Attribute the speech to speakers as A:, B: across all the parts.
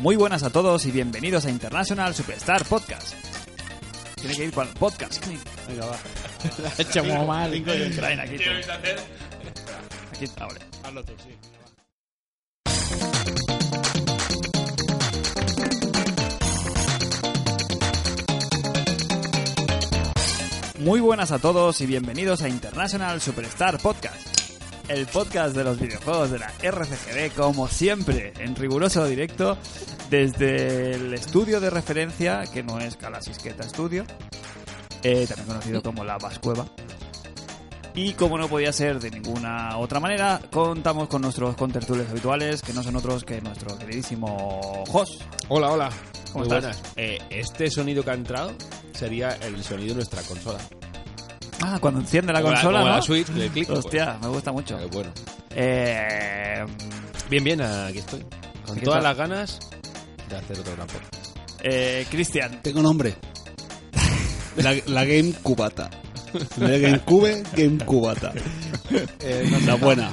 A: Muy buenas a todos y bienvenidos a International Superstar Podcast. Tiene que ir para el podcast. Venga, va.
B: La echamos mal.
A: Traen aquí.
C: ¿Quieres hacer?
A: Aquí está, vale.
C: Hazlo tú, sí.
A: Muy buenas a todos y bienvenidos a International Superstar Podcast. El podcast de los videojuegos de la RCGD, como siempre, en riguroso directo, desde el estudio de referencia, que no es Calasisqueta Studio, eh, también conocido como La Vascueva. Y como no podía ser de ninguna otra manera, contamos con nuestros contertulios habituales, que no son otros que nuestro queridísimo host.
B: Hola, hola.
A: ¿Cómo
B: Muy
A: estás?
B: buenas. Eh, este sonido que ha entrado sería el sonido de nuestra consola.
A: Ah, cuando enciende la
B: Como
A: consola,
B: como
A: ¿no?
B: la Switch, pues. le clic.
A: Hostia, me gusta mucho.
B: pues. Eh, bueno.
A: Eh,
B: Bien, bien, aquí estoy. Con
A: Aquí
B: todas
A: está.
B: las ganas de hacer otro gran podcast.
A: eh, Cristian,
D: Tengo nombre. La, la Game Cubata. La Game Cube, Game Cubata. la buena.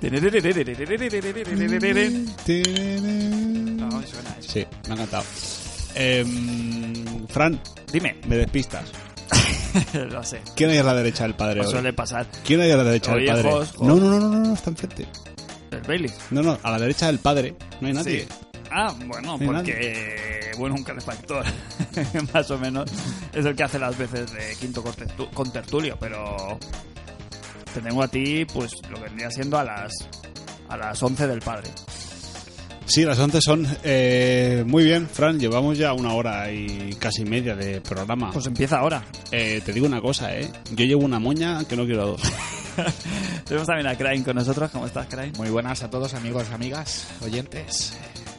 A: Terererererererererererererererererererererererererererererererererererererererererererererererererererererererererererererererers. No, suena eso.
D: Sí, me ha encantado. Em, Fran,
A: Dime,
D: me despistas.
A: lo sé,
D: ¿Quién hay a la derecha del padre
A: os
D: hoy?
A: suele pasar.
D: ¿Quién hay a la derecha
A: Oye,
D: del padre?
A: Jos, Jos.
D: No, no, no, no, no, no, está enfrente.
A: El Bailey.
D: No, no, a la derecha del padre no hay nadie.
A: Sí. Ah, bueno,
D: Ni
A: porque bueno, un calefactor, más o menos, es el que hace las veces de quinto contertu- contertulio, pero te tengo a ti, pues lo que vendría siendo a las a las 11 del padre.
D: Sí, las 11 son. eh, muy bien, Fran, llevamos ya una hora y casi media de programa.
A: Pues empieza ahora.
D: Eh, te digo una cosa, ¿eh? Yo llevo una moña que no quiero a dos.
A: Tenemos también a Crane con nosotros. ¿Cómo estás, Crane?
B: Muy buenas a todos, amigos,
E: Amigas, oyentes,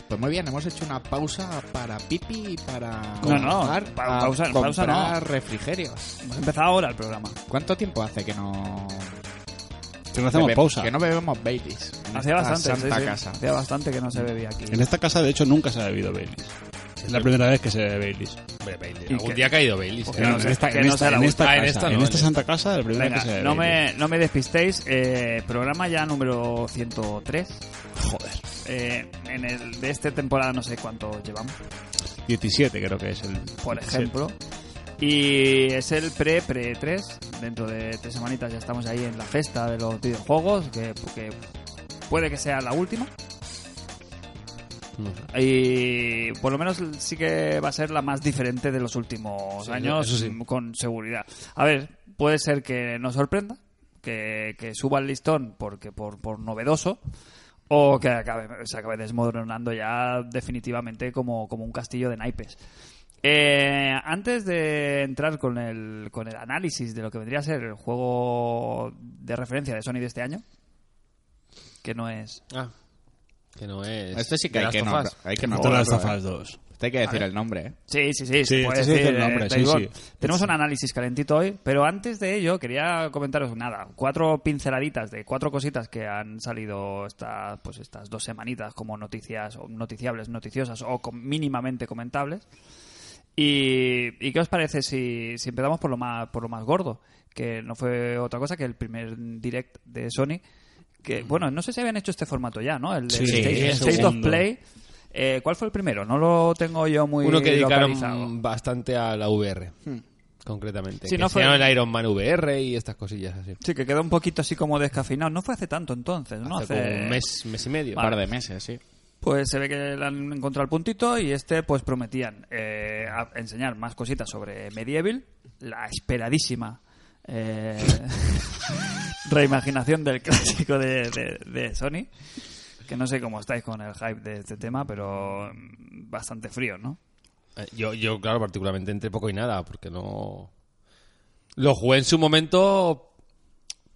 E: pues muy bien, hemos hecho una pausa para pipi y para
A: No, no,
E: comprar,
A: pa-
E: a
A: pausa-
E: comprar
A: pausa no.
E: refrigerios.
A: Hemos empezado ahora el programa.
E: ¿Cuánto tiempo hace que no
D: Que no hacemos
E: bebe-
D: pausa.
E: Que no bebemos Baileys. en
A: Hacía
E: esta
A: bastante,
E: santa
A: sí, sí.
E: casa.
A: Hacía bastante que no se bebía aquí.
D: En esta casa, de hecho, nunca se ha bebido Baileys. Es la primera vez que se bebe Baileys.
A: ¿Y
B: Algún
A: qué?
B: día ha caído Baileys.
A: Pues
B: eh.
A: Que no
D: En
A: se-
D: esta-
A: que
D: en
A: no
D: esta-
A: se la
D: en
A: gusta.
D: esta
B: Ah, en
D: casa,
B: esta
D: en
B: no,
D: esta
B: en
D: santa casa, la primera vez que se
A: Venga,
D: bebe
A: no
D: Baileys.
A: me, no me despistéis. eh, programa ya número 103.
D: Joder.
A: Eh, en el de esta temporada no sé cuánto llevamos,
D: 17 creo que es el...
A: por
D: 17.
A: ejemplo. Y es el pre-pre-3. Dentro de tres semanitas ya estamos ahí en la festa de los videojuegos, que, que puede que sea la última.
B: No sé.
A: Y por lo menos sí que va a ser la más diferente de los últimos
B: Sí,
A: años,
B: eso sí.
A: mm, con seguridad. A ver, puede ser que nos sorprenda, que, que suba el listón porque por, por novedoso, o que acabe- se acabe desmoronando ya definitivamente como, como un castillo de naipes. Eh, antes de entrar con el, con el análisis de lo que vendría a ser el juego de referencia de Sony de este año, que no es
B: Ah, que no es.
E: Este sí que
B: de
E: hay que,
B: Last of
E: nombrar,
B: Us.
E: hay que
D: Todas las
E: nombrarlo,
D: zafas
E: eh.
D: dos.
E: Este hay que decir el nombre, ¿eh?
A: Sí, sí, sí, se
D: Sí,
A: puede
D: sí, sí,
A: decir,
D: el nombre,
A: eh,
D: sí,
A: Taibor.
D: sí.
A: Tenemos un análisis calentito hoy, pero antes de ello quería comentaros nada, cuatro pinceladitas de cuatro cositas que han salido estas pues estas dos semanitas como noticias o noticiables, noticiosas o com- mínimamente comentables. Y, ¿y qué os parece si, si empezamos por lo más por lo más gordo, que no fue otra cosa que el primer direct de Sony, que bueno, no sé si habían hecho este formato ya, ¿no? El de
D: Sí,
A: State,
D: el
A: State of
D: segundo.
A: Play. Eh, ¿Cuál fue el primero? No lo tengo yo muy
B: Uno que
A: localizado.
B: dedicaron bastante a la VR,
D: Hmm.
B: concretamente.
A: Sí,
B: que
A: no fue-
B: enseñaron el Iron Man VR y estas cosillas así.
A: Sí, que queda un poquito así como descafinado. No fue hace tanto entonces, ¿no?
B: Hace como un mes, mes y medio.
E: Un par de meses, sí.
A: Pues se ve que le han encontrado el puntito y este pues prometían eh, a- enseñar más cositas sobre Medieval, la esperadísima eh, reimaginación del clásico de, de- de Sony, que no sé cómo estáis con el hype de este tema, pero mm, bastante frío, ¿no?
B: Eh, Yo, yo, claro, particularmente entre poco y nada, porque no. Lo jugué en su momento,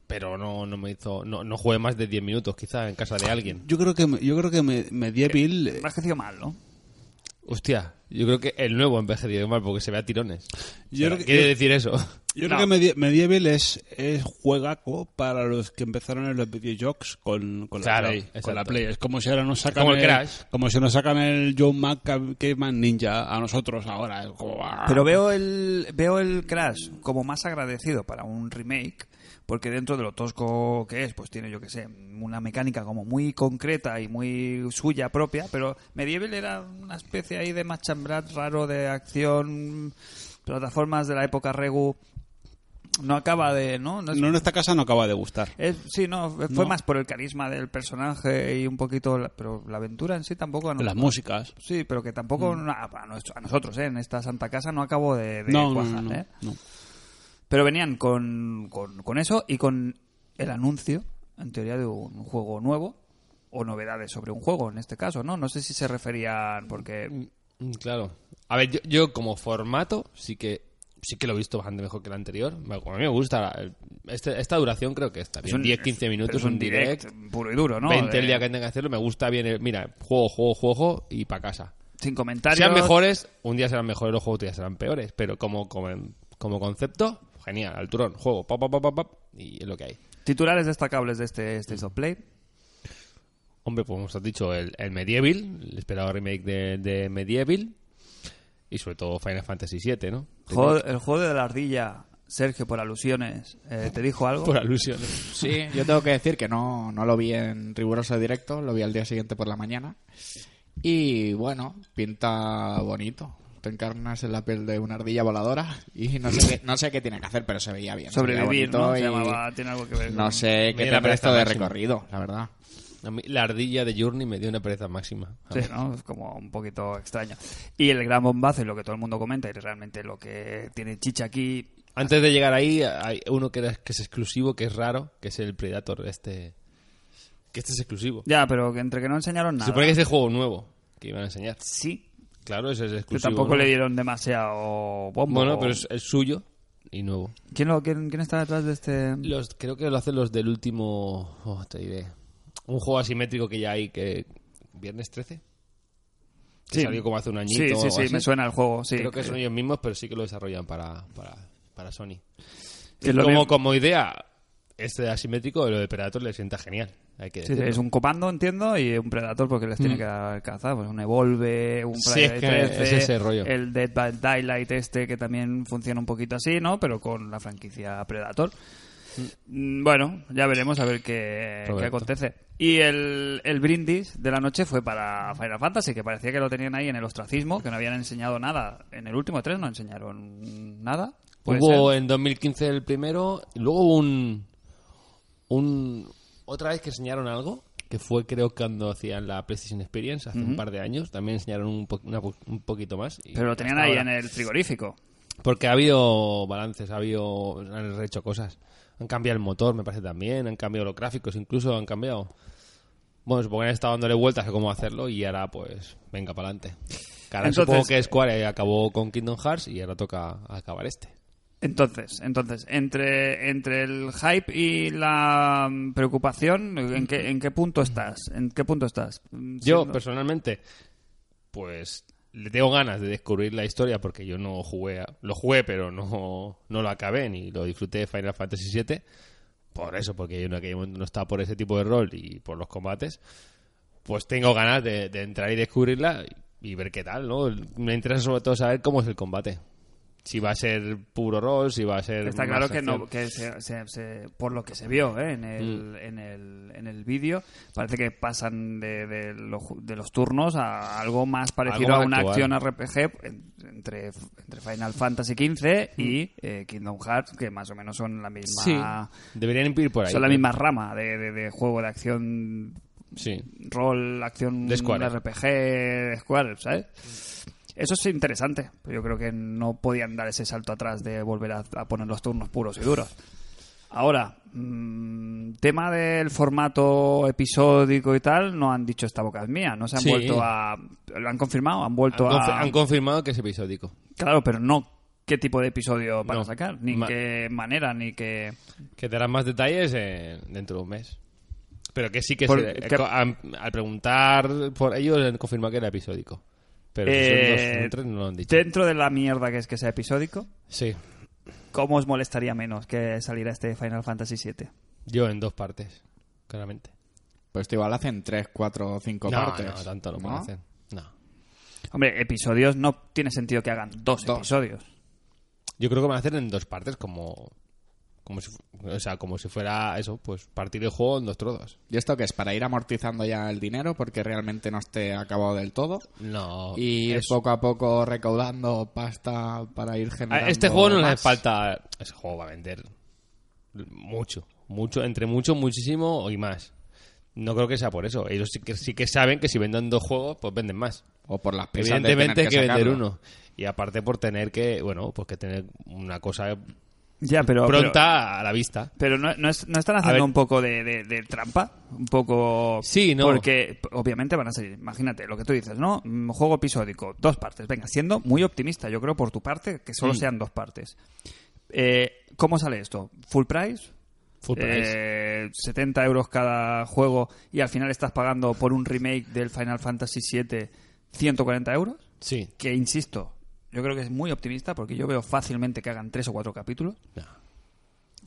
B: pero no, no me hizo. No, no jugué más de 10 minutos, quizá en casa de alguien.
D: Yo creo que, me- yo creo que me, Medieval... eh,
A: Me ha crecido mal, ¿no?
B: Hostia, yo creo que el nuevo envejecido mal porque se ve a tirones.
D: Yo
B: O sea,
D: creo que-
B: quiere
D: yo-
B: decir eso.
D: Yo
A: No.
D: creo que Medi- Medieval es, es juegaco para los que empezaron en los videojuegos con, con,
B: Claro,
D: la Play,
B: exacto.
D: con la Play. Es como si ahora nos sacan
B: Como el Crash.
D: como si nos sacan el John Mac Caveman Ninja a nosotros ahora. Es como, ah.
A: Pero veo el, veo el Crash como más agradecido para un remake, porque dentro de lo tosco que es, pues tiene, yo que sé, una mecánica como muy concreta y muy suya propia, pero Medieval era una especie ahí de machambrat raro de acción, plataformas de la época Regu. No acaba de, ¿no? No es-
D: no en esta casa no acaba de gustar.
A: es- sí, no, fue
D: No.
A: más por el carisma del personaje y un poquito, la- pero la aventura en sí tampoco... no-
D: Las músicas.
A: Sí, pero que tampoco
B: Mm.
A: no, a, a nos- a nosotros, ¿eh? en esta santa casa, no acabo de, de
D: No, no,
A: cuajar,
D: no,
A: ¿eh?
D: no.
A: Pero venían con, con, con eso y con el anuncio, en teoría, de un juego nuevo o novedades sobre un juego, en este caso, ¿no? No sé si se referían porque...
B: Mm, Claro. A ver, yo, yo como formato sí que sí que lo he visto bastante mejor que el anterior. Me- como A mí me gusta. la- este- esta duración creo que está
A: es
B: bien.
A: un-
B: 10, 15 minutos,
A: pero es
B: un direct.
A: Puro y duro, ¿no?
B: 20 el
A: De-
B: día que tenga que hacerlo. Me gusta bien. el- mira, juego, juego, juego y para casa.
A: Sin comentarios.
B: Sean mejores, un día serán mejores los juegos, otro día serán peores. Pero como, como, como concepto, genial. Al turón, juego, pop, pop, pop, pop, pop, y es lo que hay.
A: Titulares destacables de este State of Play.
B: Hombre, pues hemos dicho el, el Medieval, el esperado remake de, de Medieval. Y sobre todo Final Fantasy VII, ¿no?
A: Juego- el juego de la ardilla, Sergio, por alusiones, eh, ¿te dijo algo?
B: Por alusiones.
E: Sí, yo tengo que decir que no, no lo vi en riguroso directo, lo vi al día siguiente por la mañana. Y bueno, pinta bonito. Te encarnas en la piel de una ardilla voladora y no sé qué, no sé qué tiene que hacer, pero se veía bien. se veía
A: Sobrevivir,
E: bonito
A: ¿no? Se
E: y
A: llamaba- tiene algo que ver
E: no
A: con-
E: sé qué
B: Mira,
E: tendrá
B: pero
E: esto
B: está
E: de
B: máximo.
E: recorrido, la verdad.
B: A mí la ardilla de Journey me dio una pereza máxima.
A: Sí, ¿no? Es como un poquito extraño. Y el gran bombazo y lo que todo el mundo comenta y realmente lo que tiene chicha aquí...
B: Antes de llegar ahí, hay uno que, era- que es exclusivo, que es raro, que es el Predator. Este. Que este es exclusivo.
A: Ya, pero que entre que no enseñaron
B: Se
A: nada.
B: supone que es el juego nuevo que iban a enseñar.
A: Sí,
B: Claro, ese es
A: que
B: exclusivo.
A: tampoco
B: ¿no?
A: le dieron demasiado bombo.
B: Bueno, pero es el suyo y nuevo.
A: ¿Quién, lo, quién, quién está detrás de este...?
B: Los, creo que lo hacen los del último. oh, te diré. Un juego asimétrico que ya hay que. ¿Viernes 13? Que
A: Sí.
B: salió como hace un añito.
A: Sí,
B: o
A: sí,
B: algo
A: sí,
B: así.
A: me suena el juego, sí.
B: Creo que son ellos mismos, pero sí que lo desarrollan para, para, para Sony.
A: Que es lo
B: como,
A: mismo.
B: como idea, este asimétrico, lo de Predator le sienta genial. Hay que
A: Sí, sí,
B: decirlo.
A: es un comando, entiendo, y un Predator porque les tiene que dar caza. Pues un Evolve, un
B: Mm. Sí,
A: Friday
B: es que
A: 13,
B: es ese rollo.
A: el Dead by Daylight este que también funciona un poquito así, ¿no? Pero con la franquicia Predator. Mm, Bueno, ya veremos a ver qué, qué
B: Correcto.
A: acontece. Y el, el brindis de la noche fue para Final Fantasy, que parecía que lo tenían ahí en el ostracismo, que no habían enseñado nada. En el último tres no enseñaron nada. Puede
B: Hubo
A: ser.
B: en 2015 el primero, y luego hubo un, un. Otra vez que enseñaron algo, que fue creo que cuando hacían la PlayStation Experience hace un par de años, también enseñaron un, po- una po- un poquito más. y
A: Pero lo tenían
B: hasta
A: ahí
B: ahora.
A: en el frigorífico.
B: Porque ha habido balances, ha habido. han rehecho cosas. Han cambiado el motor, me parece también, han cambiado los gráficos, incluso han cambiado. Bueno, supongo que han estado dándole vueltas a cómo hacerlo y ahora, pues, venga para adelante. Ahora
A: Entonces-
B: supongo que Square acabó con Kingdom Hearts y ahora toca acabar este.
A: Entonces, entonces, entre, entre el hype y la mm, preocupación, ¿en qué, en qué punto estás? ¿En qué punto estás? Mm,
B: Yo,
A: siendo-
B: personalmente, pues le tengo ganas de descubrir la historia porque yo no jugué, a- lo jugué, pero no, no lo acabé ni lo disfruté de Final Fantasy VII. Por eso, porque yo en aquel momento no estaba por ese tipo de rol y por los combates. Pues tengo ganas de, de entrar y descubrirla y ver qué tal, ¿no? Me interesa sobre todo saber cómo es el combate. Si va a ser puro rol, si va a ser.
A: Está
B: más
A: claro que, no,
B: acción.
A: que se- se- se- por lo que se vio ¿eh? en el,
B: Mm.
A: en el, en el vídeo, parece que pasan de, de lo ju- de los turnos a algo más parecido
B: más
A: a una
B: actual.
A: acción RPG en- entre, entre Final Fantasy XV
B: Mm.
A: y eh, Kingdom Hearts, que más o menos son la misma,
B: Deberían ir por ahí.
A: son la
B: ¿no?
A: misma rama de- de- de juego de acción
B: Sí.
A: rol, acción,
B: De Square.
A: RPG, de Square, ¿sabes? Eso es interesante. pero Yo creo que no podían dar ese salto atrás de volver a, a poner los turnos puros y duros. Ahora, mm, tema del formato episódico y tal, no han dicho esta boca es mía. No se han
B: Sí.
A: vuelto a... Lo han confirmado, han
B: Han,
A: vuelto
B: confi-
A: a...
B: han confirmado que es episódico.
A: Claro, pero no qué tipo de episodio van a
B: No.
A: sacar, ni en
B: Ma-
A: qué manera, ni qué...
B: Que te darán más detalles eh, dentro de un mes. Pero que sí que,
A: Por-
B: se- eh,
A: que-
B: co- am- al preguntar por ellos han confirmado que era episódico. Pero si son dos,
A: Eh,
B: son tres, no lo han dicho.
A: Dentro de la mierda que es que sea episódico,
B: Sí.
A: ¿Cómo os molestaría menos que saliera este Final Fantasy VII?
B: Yo en dos partes, claramente.
E: Pues igual hacen 3, 4, 5
B: no,
E: partes.
B: no, tanto no, pueden hacer. No.
A: Hombre, episodios no tiene sentido que hagan dos,
E: Dos.
A: episodios.
B: Yo creo que van a hacer en dos partes como... Como si, fu- o sea, como si fuera eso, pues partir el juego en dos trozos.
E: ¿Y esto qué es? ¿Para ir amortizando ya el dinero? Porque realmente no esté acabado del todo.
B: No.
E: Y ir
B: es-
E: poco a poco recaudando pasta para
D: Ah,
E: ir
B: A
E: generando.
B: Este juego no le
E: más.
B: hace falta. Ese juego va a vender mucho, mucho, entre mucho, muchísimo y más. No creo que sea por eso. Ellos sí que, sí que saben que si venden dos juegos, pues venden más.
E: O por las prisas de
B: Evidentemente hay
E: tener
B: que, vender
E: sacarlo.
B: uno. Y aparte por tener que, bueno, pues que tener una cosa
A: Ya, pero.
B: pronta a la vista.
A: Pero, pero no, no es- no están haciendo
B: ver.
A: un poco de, de- de trampa. Un poco.
B: Sí, no.
A: Porque p- obviamente van a salir. Imagínate lo que tú dices, ¿no? Mm, Juego episódico, dos partes. Venga, siendo muy optimista, yo creo, por tu parte, que solo sean dos partes. Eh, ¿Cómo sale esto? ¿Full price?
B: Full price.
A: Eh, 70 euros cada juego y al final estás pagando por un remake del Final Fantasy VII 140 euros.
B: Sí.
A: Que insisto, yo creo que es muy optimista porque yo veo fácilmente que hagan tres o cuatro capítulos.
B: No.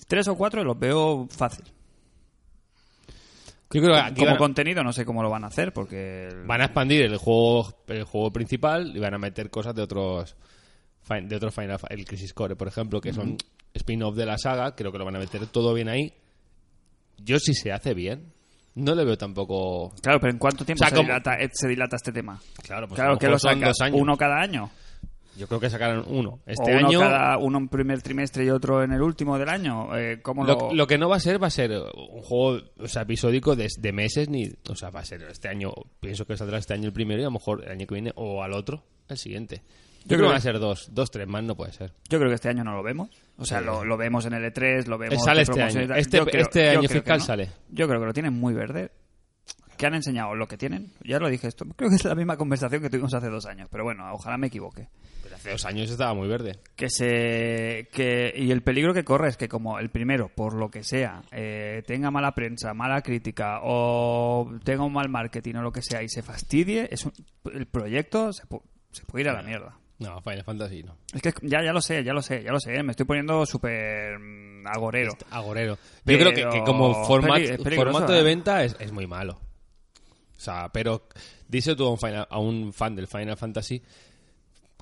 A: Tres o cuatro los veo fácil.
B: Yo creo que aquí
A: Como
B: van, a-
A: contenido no sé cómo lo van a hacer porque... el-
B: van a expandir el juego, el juego principal y van a meter cosas de otros fin- de otros Final Fa- el Crisis Core, por ejemplo, que son spin-off de la saga, creo que lo van a meter todo bien ahí. Yo si se hace bien, no le veo tampoco
A: Claro, pero ¿en cuánto tiempo
B: O sea,
A: se,
B: como-
A: dilata, eh, se dilata este tema?
B: Claro, pues a
A: claro
B: lo
A: que
B: mejor
A: lo
B: son
A: sacan
B: dos años.
A: uno cada año.
B: Yo creo que sacarán uno este
A: o uno,
B: año.
A: cada, uno en primer trimestre y otro en el último del año. Eh, ¿cómo
B: Lo,
A: lo-
B: lo que no va a ser va a ser eh, un juego o sea, episódico de, de meses ni o sea va a ser este año pienso que saldrá este año el primero y a lo mejor el año que viene o al otro el siguiente yo, creo
A: creo
B: que van a
A: que-
B: ser dos dos tres más no puede ser
A: Yo creo que este año no lo vemos. O sea,
B: Sí.
A: lo, lo vemos en el E3, lo vemos...
B: Sale
A: de
B: este
A: promoción
B: año.
A: y tal.
B: Este-
A: Yo creo-
B: este
A: yo
B: año
A: creo que
B: fiscal
A: no.
B: sale.
A: Yo creo que lo tienen muy verde. Que han enseñado lo que tienen. Ya lo dije esto. Creo que es la misma conversación que tuvimos hace dos años. Pero bueno, ojalá me equivoque.
B: pero hace dos años estaba muy verde
A: que se que y el peligro que corre es que como el primero por lo que sea eh, tenga mala prensa mala crítica o tenga un mal marketing o lo que sea y se fastidie es un- el proyecto se, pu- se puede ir a la mierda
B: no Final Fantasy no
A: es que ya ya lo sé ya lo sé ya lo sé ¿eh? me estoy poniendo súper mm, agorero
B: agorero
A: Pero-
B: yo creo que, que como format-
A: Peli- es peligroso,
B: formato de
A: ¿eh?
B: venta es, es muy malo o sea pero dice tú a un, Final- a un fan del Final Fantasy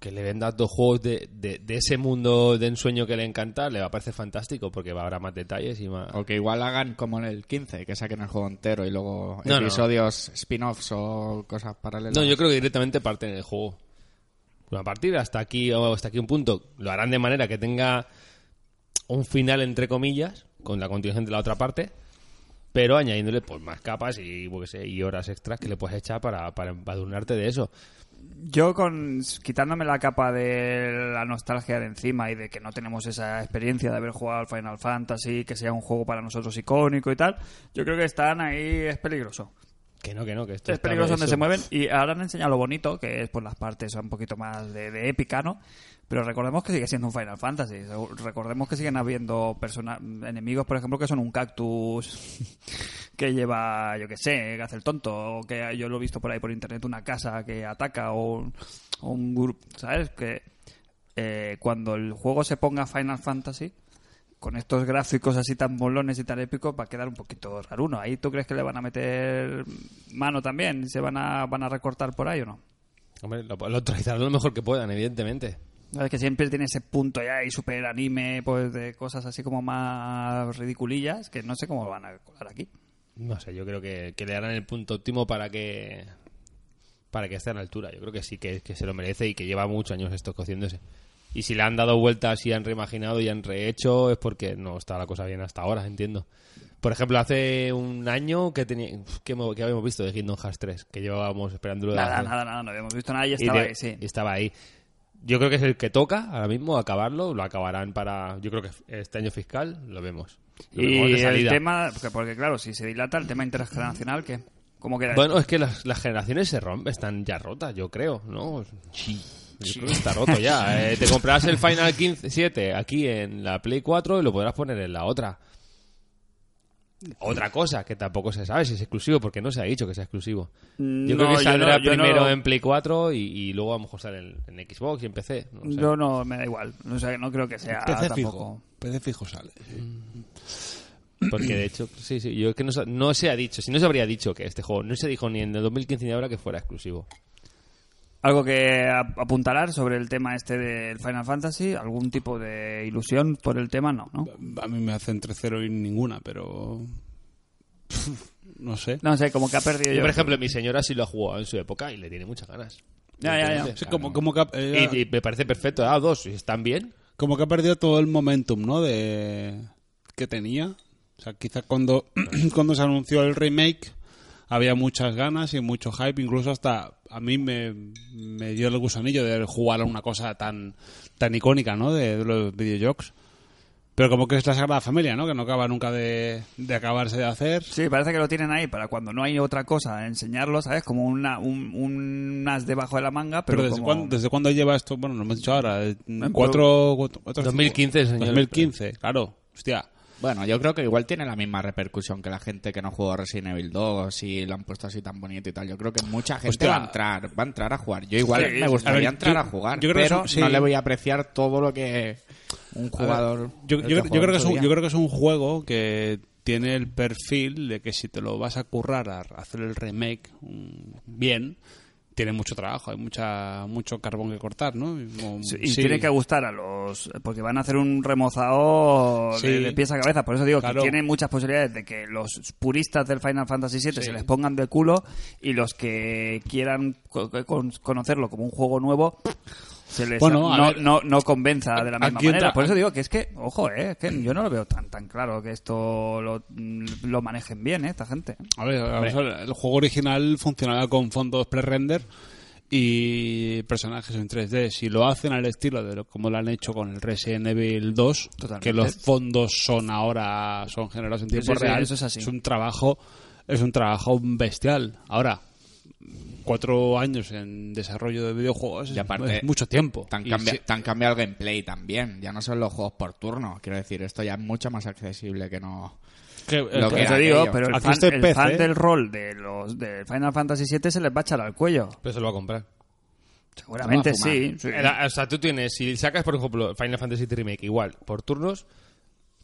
B: que le vendas dos juegos de, de- de ese mundo de ensueño que le encanta le va a parecer fantástico porque va- habrá más detalles y más
E: O que igual hagan como en el 15, que saquen el juego entero y luego
B: No, no.
E: episodios spin-offs o cosas paralelas.
B: No, yo creo que directamente parten el juego. Una partida hasta aquí o hasta aquí un punto. Lo harán de manera que tenga un final entre comillas, con la continuación de la otra parte, pero añadiéndole pues más capas y, yo qué sé, y horas extras que le puedes echar para, para embadurnarte de eso.
A: yo con quitándome la capa de la nostalgia de encima y de que no tenemos esa experiencia de haber jugado al Final Fantasy que sea un juego para nosotros icónico y tal yo creo que están ahí es peligroso
B: Que no, que no, que esto
A: es
B: está-
A: peligroso donde
B: eso-
A: se mueven y ahora han enseñado lo bonito que es por las partes un poquito más de, de épica no pero recordemos que sigue siendo un Final Fantasy Segu- recordemos que siguen habiendo persona- enemigos por ejemplo que son un cactus que lleva yo que sé que hace el tonto o que yo lo he visto por ahí por internet una casa que ataca o un, o un grupo sabes que eh, cuando el juego se ponga Final Fantasy con estos gráficos así tan molones y tan épicos va a quedar un poquito raruno. Ahí tú crees que le van a meter mano también, se van a van a recortar por ahí o no?
B: Hombre, lo, lo tratarán lo mejor que puedan, evidentemente.
A: Es que siempre tiene ese punto ya y super anime, pues de cosas así como más ridiculillas que no sé cómo van a colar aquí.
B: No sé, yo creo que, que le darán el punto óptimo para que para que esté a la altura. Yo creo que sí que, que se lo merece y que lleva muchos años esto cociéndose. Y si le han dado vueltas y han reimaginado y han rehecho es porque no está la cosa bien hasta ahora, entiendo. Por ejemplo, hace un año que tenía que, hemos- que habíamos visto de Kingdom Hearts 3, que llevábamos esperándolo de
A: Nada,
B: hace-
A: nada, nada, no habíamos visto nada y
B: y
A: estaba
B: de-
A: ahí, sí.
B: y estaba ahí. Yo creo que es el que toca ahora mismo acabarlo, lo acabarán para yo creo que este año fiscal lo vemos. Lo vemos de
A: Y el
B: salida.
A: tema, porque, porque claro, si se dilata el tema intergeneracional, ¿qué? ¿Cómo queda?
B: Bueno, es que las, las generaciones se rompen, están ya rotas, yo creo, ¿no? Sí. Yo creo que está roto ya. eh. te comprarás el Final 15, 7 aquí en la Play 4 y lo podrás poner en la otra. Otra cosa que tampoco se sabe si es exclusivo, porque no se ha dicho que sea exclusivo. Yo
A: No,
B: creo
A: yo
B: que saldrá
A: no- yo
B: primero
A: no-
B: en Play 4 y, y luego a lo mejor sale en, en Xbox y en PC. No lo sé.
A: Yo no, me da igual. O sea, que no creo que sea
D: PC
A: tampoco.
D: fijo. PC fijo sale.
B: Porque de hecho, sí, sí, yo es que no, sa- no se ha dicho, si no se habría dicho que este juego, no se dijo ni en el 2015 ni ahora que fuera exclusivo.
A: ¿Algo que ap- apuntalar sobre el tema este del Final Fantasy? ¿Algún tipo de ilusión por el tema? No, ¿no?
B: Mm.
D: A mí me hace entre cero y ninguna, pero. no sé.
A: No sé, como que ha perdido
B: Yo,
A: yo.
B: por ejemplo, mi señora sí lo ha jugado en su época y le tiene muchas ganas.
A: Ya, ya, ya.
B: Evidentemente,
D: Sí,
B: claro.
D: como, como, que ha, eh,
B: Y, y me parece perfecto, ah, dos, si están bien.
D: como que ha perdido todo el momentum, ¿no? De que tenía. O sea, quizás cuando, cuando se anunció el remake había muchas ganas y mucho hype. Incluso hasta a mí me, me dio el gusanillo de jugar a una cosa tan, tan icónica, ¿no? De, de los videojuegos. Pero como que es la Sagrada Familia, ¿no? Que no acaba nunca de, de acabarse de hacer.
A: Sí, parece que lo tienen ahí para cuando no hay otra cosa, enseñarlo, ¿sabes? Como una, un, un as debajo de la manga, pero,
D: Pero, ¿desde,
A: como-
D: cuándo, ¿desde cuándo lleva esto? Bueno, lo hemos dicho ahora. eh,
A: pero-
D: Cuatro, cuatro, cuatro-
B: 2015, señor.
D: 2015, claro. Hostia.
E: Bueno, yo creo que igual tiene la misma repercusión que la gente que no jugó Resident Evil 2 y lo han puesto así tan bonito y tal. Yo creo que mucha gente
D: Hostia.
E: va a entrar, va a entrar a jugar. Yo igual
A: Sí,
E: me
A: sí.
E: gustaría
D: A ver,
E: entrar
D: yo-
E: a jugar,
D: yo creo que
E: pero
D: es un- sí.
E: no le voy a apreciar todo lo que un
D: A ver,
E: jugador.
D: Yo,
E: el
D: yo- yo
E: jugó
D: creo
E: en
D: que es
E: su
D: un,
E: día.
D: yo creo que es un juego que tiene el perfil de que si te lo vas a currar a hacer el remake mm, bien, tiene mucho trabajo, hay mucha mucho carbón que cortar, ¿no? Y como-
A: Sí, y
D: sí,
A: tiene que gustar a los... Porque van a hacer un remozado de- de,
D: Sí.
A: pies a cabeza. Por eso digo
D: Claro.
A: que tiene muchas posibilidades de que los puristas del Final Fantasy VII se
D: Sí.
A: les pongan de culo y los que quieran co- con- conocerlo como un juego nuevo se les
D: Bueno, a
A: no,
D: ver.
A: no, no convenza de la
D: Aquí
A: misma manera.
D: entra-
A: Por eso digo que es que, ojo, eh, es que yo no lo veo tan tan claro que esto lo, lo manejen bien, eh, esta gente.
D: A ver, vamos a ver, el juego original funcionaba con fondos pre-render y personajes en 3D. Si lo hacen al estilo de lo, como lo han hecho con el Resident Evil 2,
A: Totalmente.
D: que los fondos son ahora son generados en tiempo
A: Sí, sí,
D: real,
A: eso es así.
D: un trabajo es un trabajo bestial. Ahora cuatro años en desarrollo de videojuegos
E: Y aparte,
D: es mucho tiempo.
E: Tan,
D: Y
E: cambia,
D: si-
E: tan cambiado el gameplay también. Ya no son los juegos por turno. Quiero decir, esto ya es mucho más accesible que no.
D: que-
E: lo
A: Por
E: que
A: eso
E: era
A: digo,
E: aquello.
A: pero el
D: Aquí
A: fan,
D: estoy
A: el
D: pez,
A: fan
D: ¿eh?
A: del rol de los de Final Fantasy VII se les va a echar al cuello.
B: Pero se lo va a comprar.
A: Seguramente
E: Vamos a fumar.
A: sí. sí.
B: Era- Eh, o sea, tú tienes, si sacas, por ejemplo, Final Fantasy VII Remake igual, por turnos,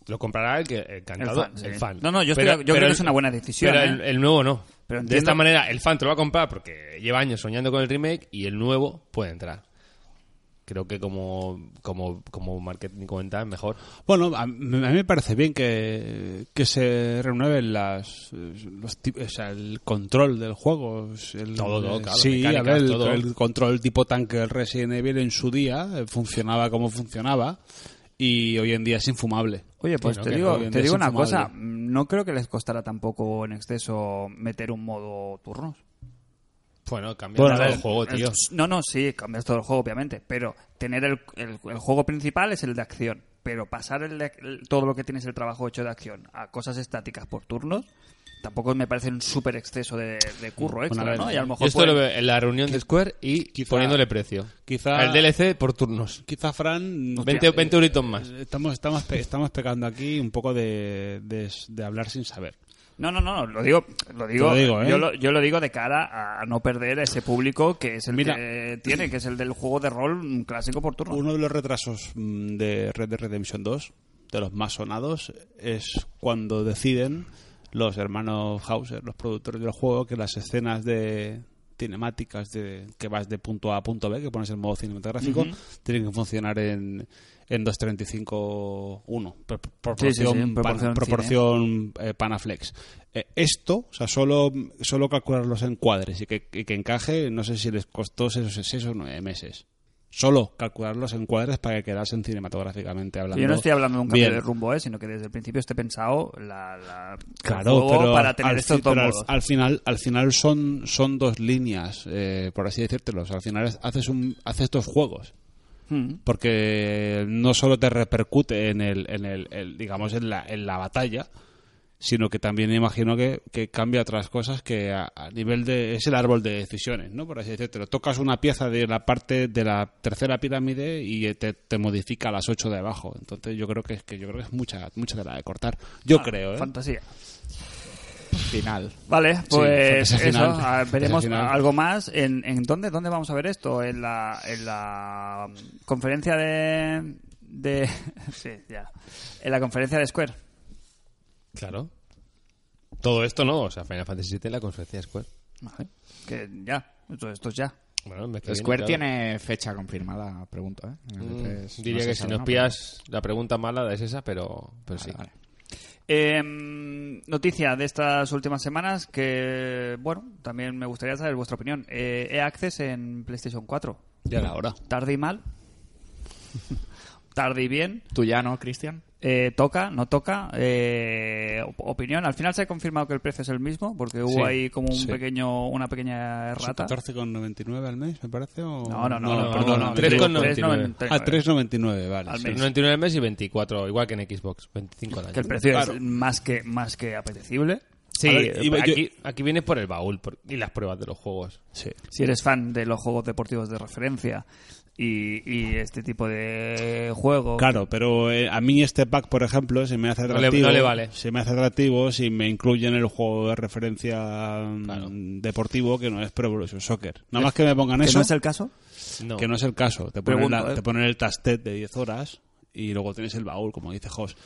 B: lo comprará el que el encantado, el fan.
A: sí. No, no, yo estoy- yo creo que es una buena decisión,
B: Pero
A: ¿eh?
B: el, el nuevo no.
A: Pero
B: De esta
A: entiendo-
B: manera, el fan te lo va a comprar porque lleva años soñando con el remake y el nuevo puede entrar. Creo que como, como, como marketing comenta, es mejor.
D: Bueno, a, a mí me parece bien que, que se renueven las, los, tip- o sea, el control del juego. El,
B: Todo, todo, claro,
D: Sí, a
B: mecánicas,
D: ver, el,
B: todo.
D: el control tipo tanque del Resident Evil en su día eh, funcionaba como funcionaba y hoy en día es infumable.
A: Oye, pues
B: Sí, no,
A: te
B: que
A: digo,
D: hoy en
A: te
D: día
A: digo
D: es
A: una
D: infumable.
A: cosa, no creo que les costara tampoco en exceso meter un modo turnos.
B: Bueno, cambia
D: Bueno,
B: todo
D: a
B: el
D: ver,
B: juego, tío.
A: No, no, sí, cambias todo el juego, obviamente, pero tener el, el- el juego principal es el de acción, pero pasar el de- el- todo lo que tienes el trabajo hecho de acción a cosas estáticas por turnos, tampoco me parece un súper exceso de, de curro extra,
D: a ver,
A: ¿no? Y a lo
B: Yo
A: mejor
B: esto
A: pueden-
B: lo veo en la reunión de Square y
D: quizá-
B: poniéndole precio.
D: quizá-
B: El DLC por turnos.
D: Quizá Fran...
B: 20, 20 euritos más.
D: Estamos, estamos, pe- estamos pecando aquí un poco de, de, de hablar sin saber.
A: No, no, no, lo digo, lo digo,
D: Te lo digo, ¿eh?
A: yo, lo, yo lo digo de cara a no perder ese público que es el
D: Mira.
A: que tiene, que es el del juego de rol clásico por turno.
D: Uno de los retrasos mm, de Red Dead Redemption 2, de los más sonados, es cuando deciden los hermanos Hauser, los productores del juego, que las escenas de cinemáticas de que vas de punto A a punto B, que pones el modo cinematográfico, tienen que funcionar en, en 2.35.1, pro-
A: Sí, sí, sí,
D: proporción,
A: en
D: pan-
A: proporción cine.
D: proporción, eh, Panaflex. Eh, esto, o sea, solo, solo calcular los encuadres y que, y que encaje, no sé si les costó 6 o 9 meses solo calcular los encuadres para que quedasen cinematográficamente hablando.
A: Yo no estoy hablando de un cambio
D: bien.
A: de rumbo, ¿eh? sino que desde el principio esté pensado la, la- el
D: Claro,
A: juego
D: pero,
A: para tener
D: al,
A: estos
D: fi-
A: dos
D: pero al,
A: modos.
D: al final, al final son, son dos líneas, eh, por así decírtelo. O sea, al final es- haces, un, haces dos juegos.
A: Mm.
D: Porque no solo te repercute en el, en el, el- digamos en la, en la batalla, sino que también imagino que, que cambia otras cosas que a, a nivel de... es el árbol de decisiones, ¿no? Por así decirlo. Tocas una pieza de la parte de la tercera pirámide y te, te modifica las ocho de abajo. Entonces yo creo que es que yo creo que es mucha, mucha tela de cortar. Yo
A: Ah,
D: creo, ¿eh?
A: Fantasía.
E: Final.
A: Vale, pues
D: fantasía
A: eso.
D: final.
A: ah, veremos
D: Fantasía final.
A: algo más. ¿En, en dónde, dónde vamos a ver esto? ¿En la, en la mm, conferencia de... de sí, ya. En la conferencia de Square.
B: Claro. Todo esto no, o sea, Final Fantasy VII la conferencia de Square.
A: Vale. Que ya. Esto, esto es ya.
B: Bueno, el mes que viene,
E: Square
B: claro.
E: tiene fecha confirmada, pregunto, ¿eh? Entonces,
B: Mm, diría
E: no se
B: que si
E: sabe,
B: nos
E: ¿no?
B: pillas la pregunta mala es esa, pero, pero sí.
E: Vale, vale.
A: Eh, noticia de estas últimas semanas que, bueno, también me gustaría saber vuestra opinión. Eh, E-Access en PlayStation 4.
D: Ya era hora.
A: Tarde y mal. Tarde y bien.
E: ¿Tú ya no, Cristian?
A: Eh, toca, no toca. Eh, op- opinión. Al final se ha confirmado que el precio es el mismo porque hubo
D: Sí,
A: ahí como un
D: sí.
A: pequeño, una pequeña errata.
D: 14,99 al mes, me parece. O...
A: No, no, no, no,
B: no,
A: perdón,
B: no,
A: no,
B: 3,99.
A: 3,99.
D: Ah, 3,99, vale.
A: eh. Al
D: sí.
A: mes.
B: 99 meses y 24, igual que en Xbox, 25 al año.
A: Que el precio
D: Claro.
A: es más que, más que apetecible.
B: Sí,
D: A ver, iba- yo-
B: aquí, aquí vienes por el baúl por- y las pruebas de los juegos.
D: Sí.
A: si eres fan de los juegos deportivos de referencia y, y este tipo de juego
D: Claro, pero eh, a mí este pack, por ejemplo, se me hace
B: No le-
D: atractivo.
B: no le vale.
D: Se me hace atractivo si me incluyen el juego de referencia mm,
B: Claro.
D: deportivo que no es Pro Evolution Soccer. Nada más que me pongan eso,
A: el caso
B: No.
D: que no es el caso. Te ponen,
A: Pregunto,
D: la-
A: ¿eh?
D: te ponen el tastet de 10 horas y luego tienes el baúl, como dice Jos.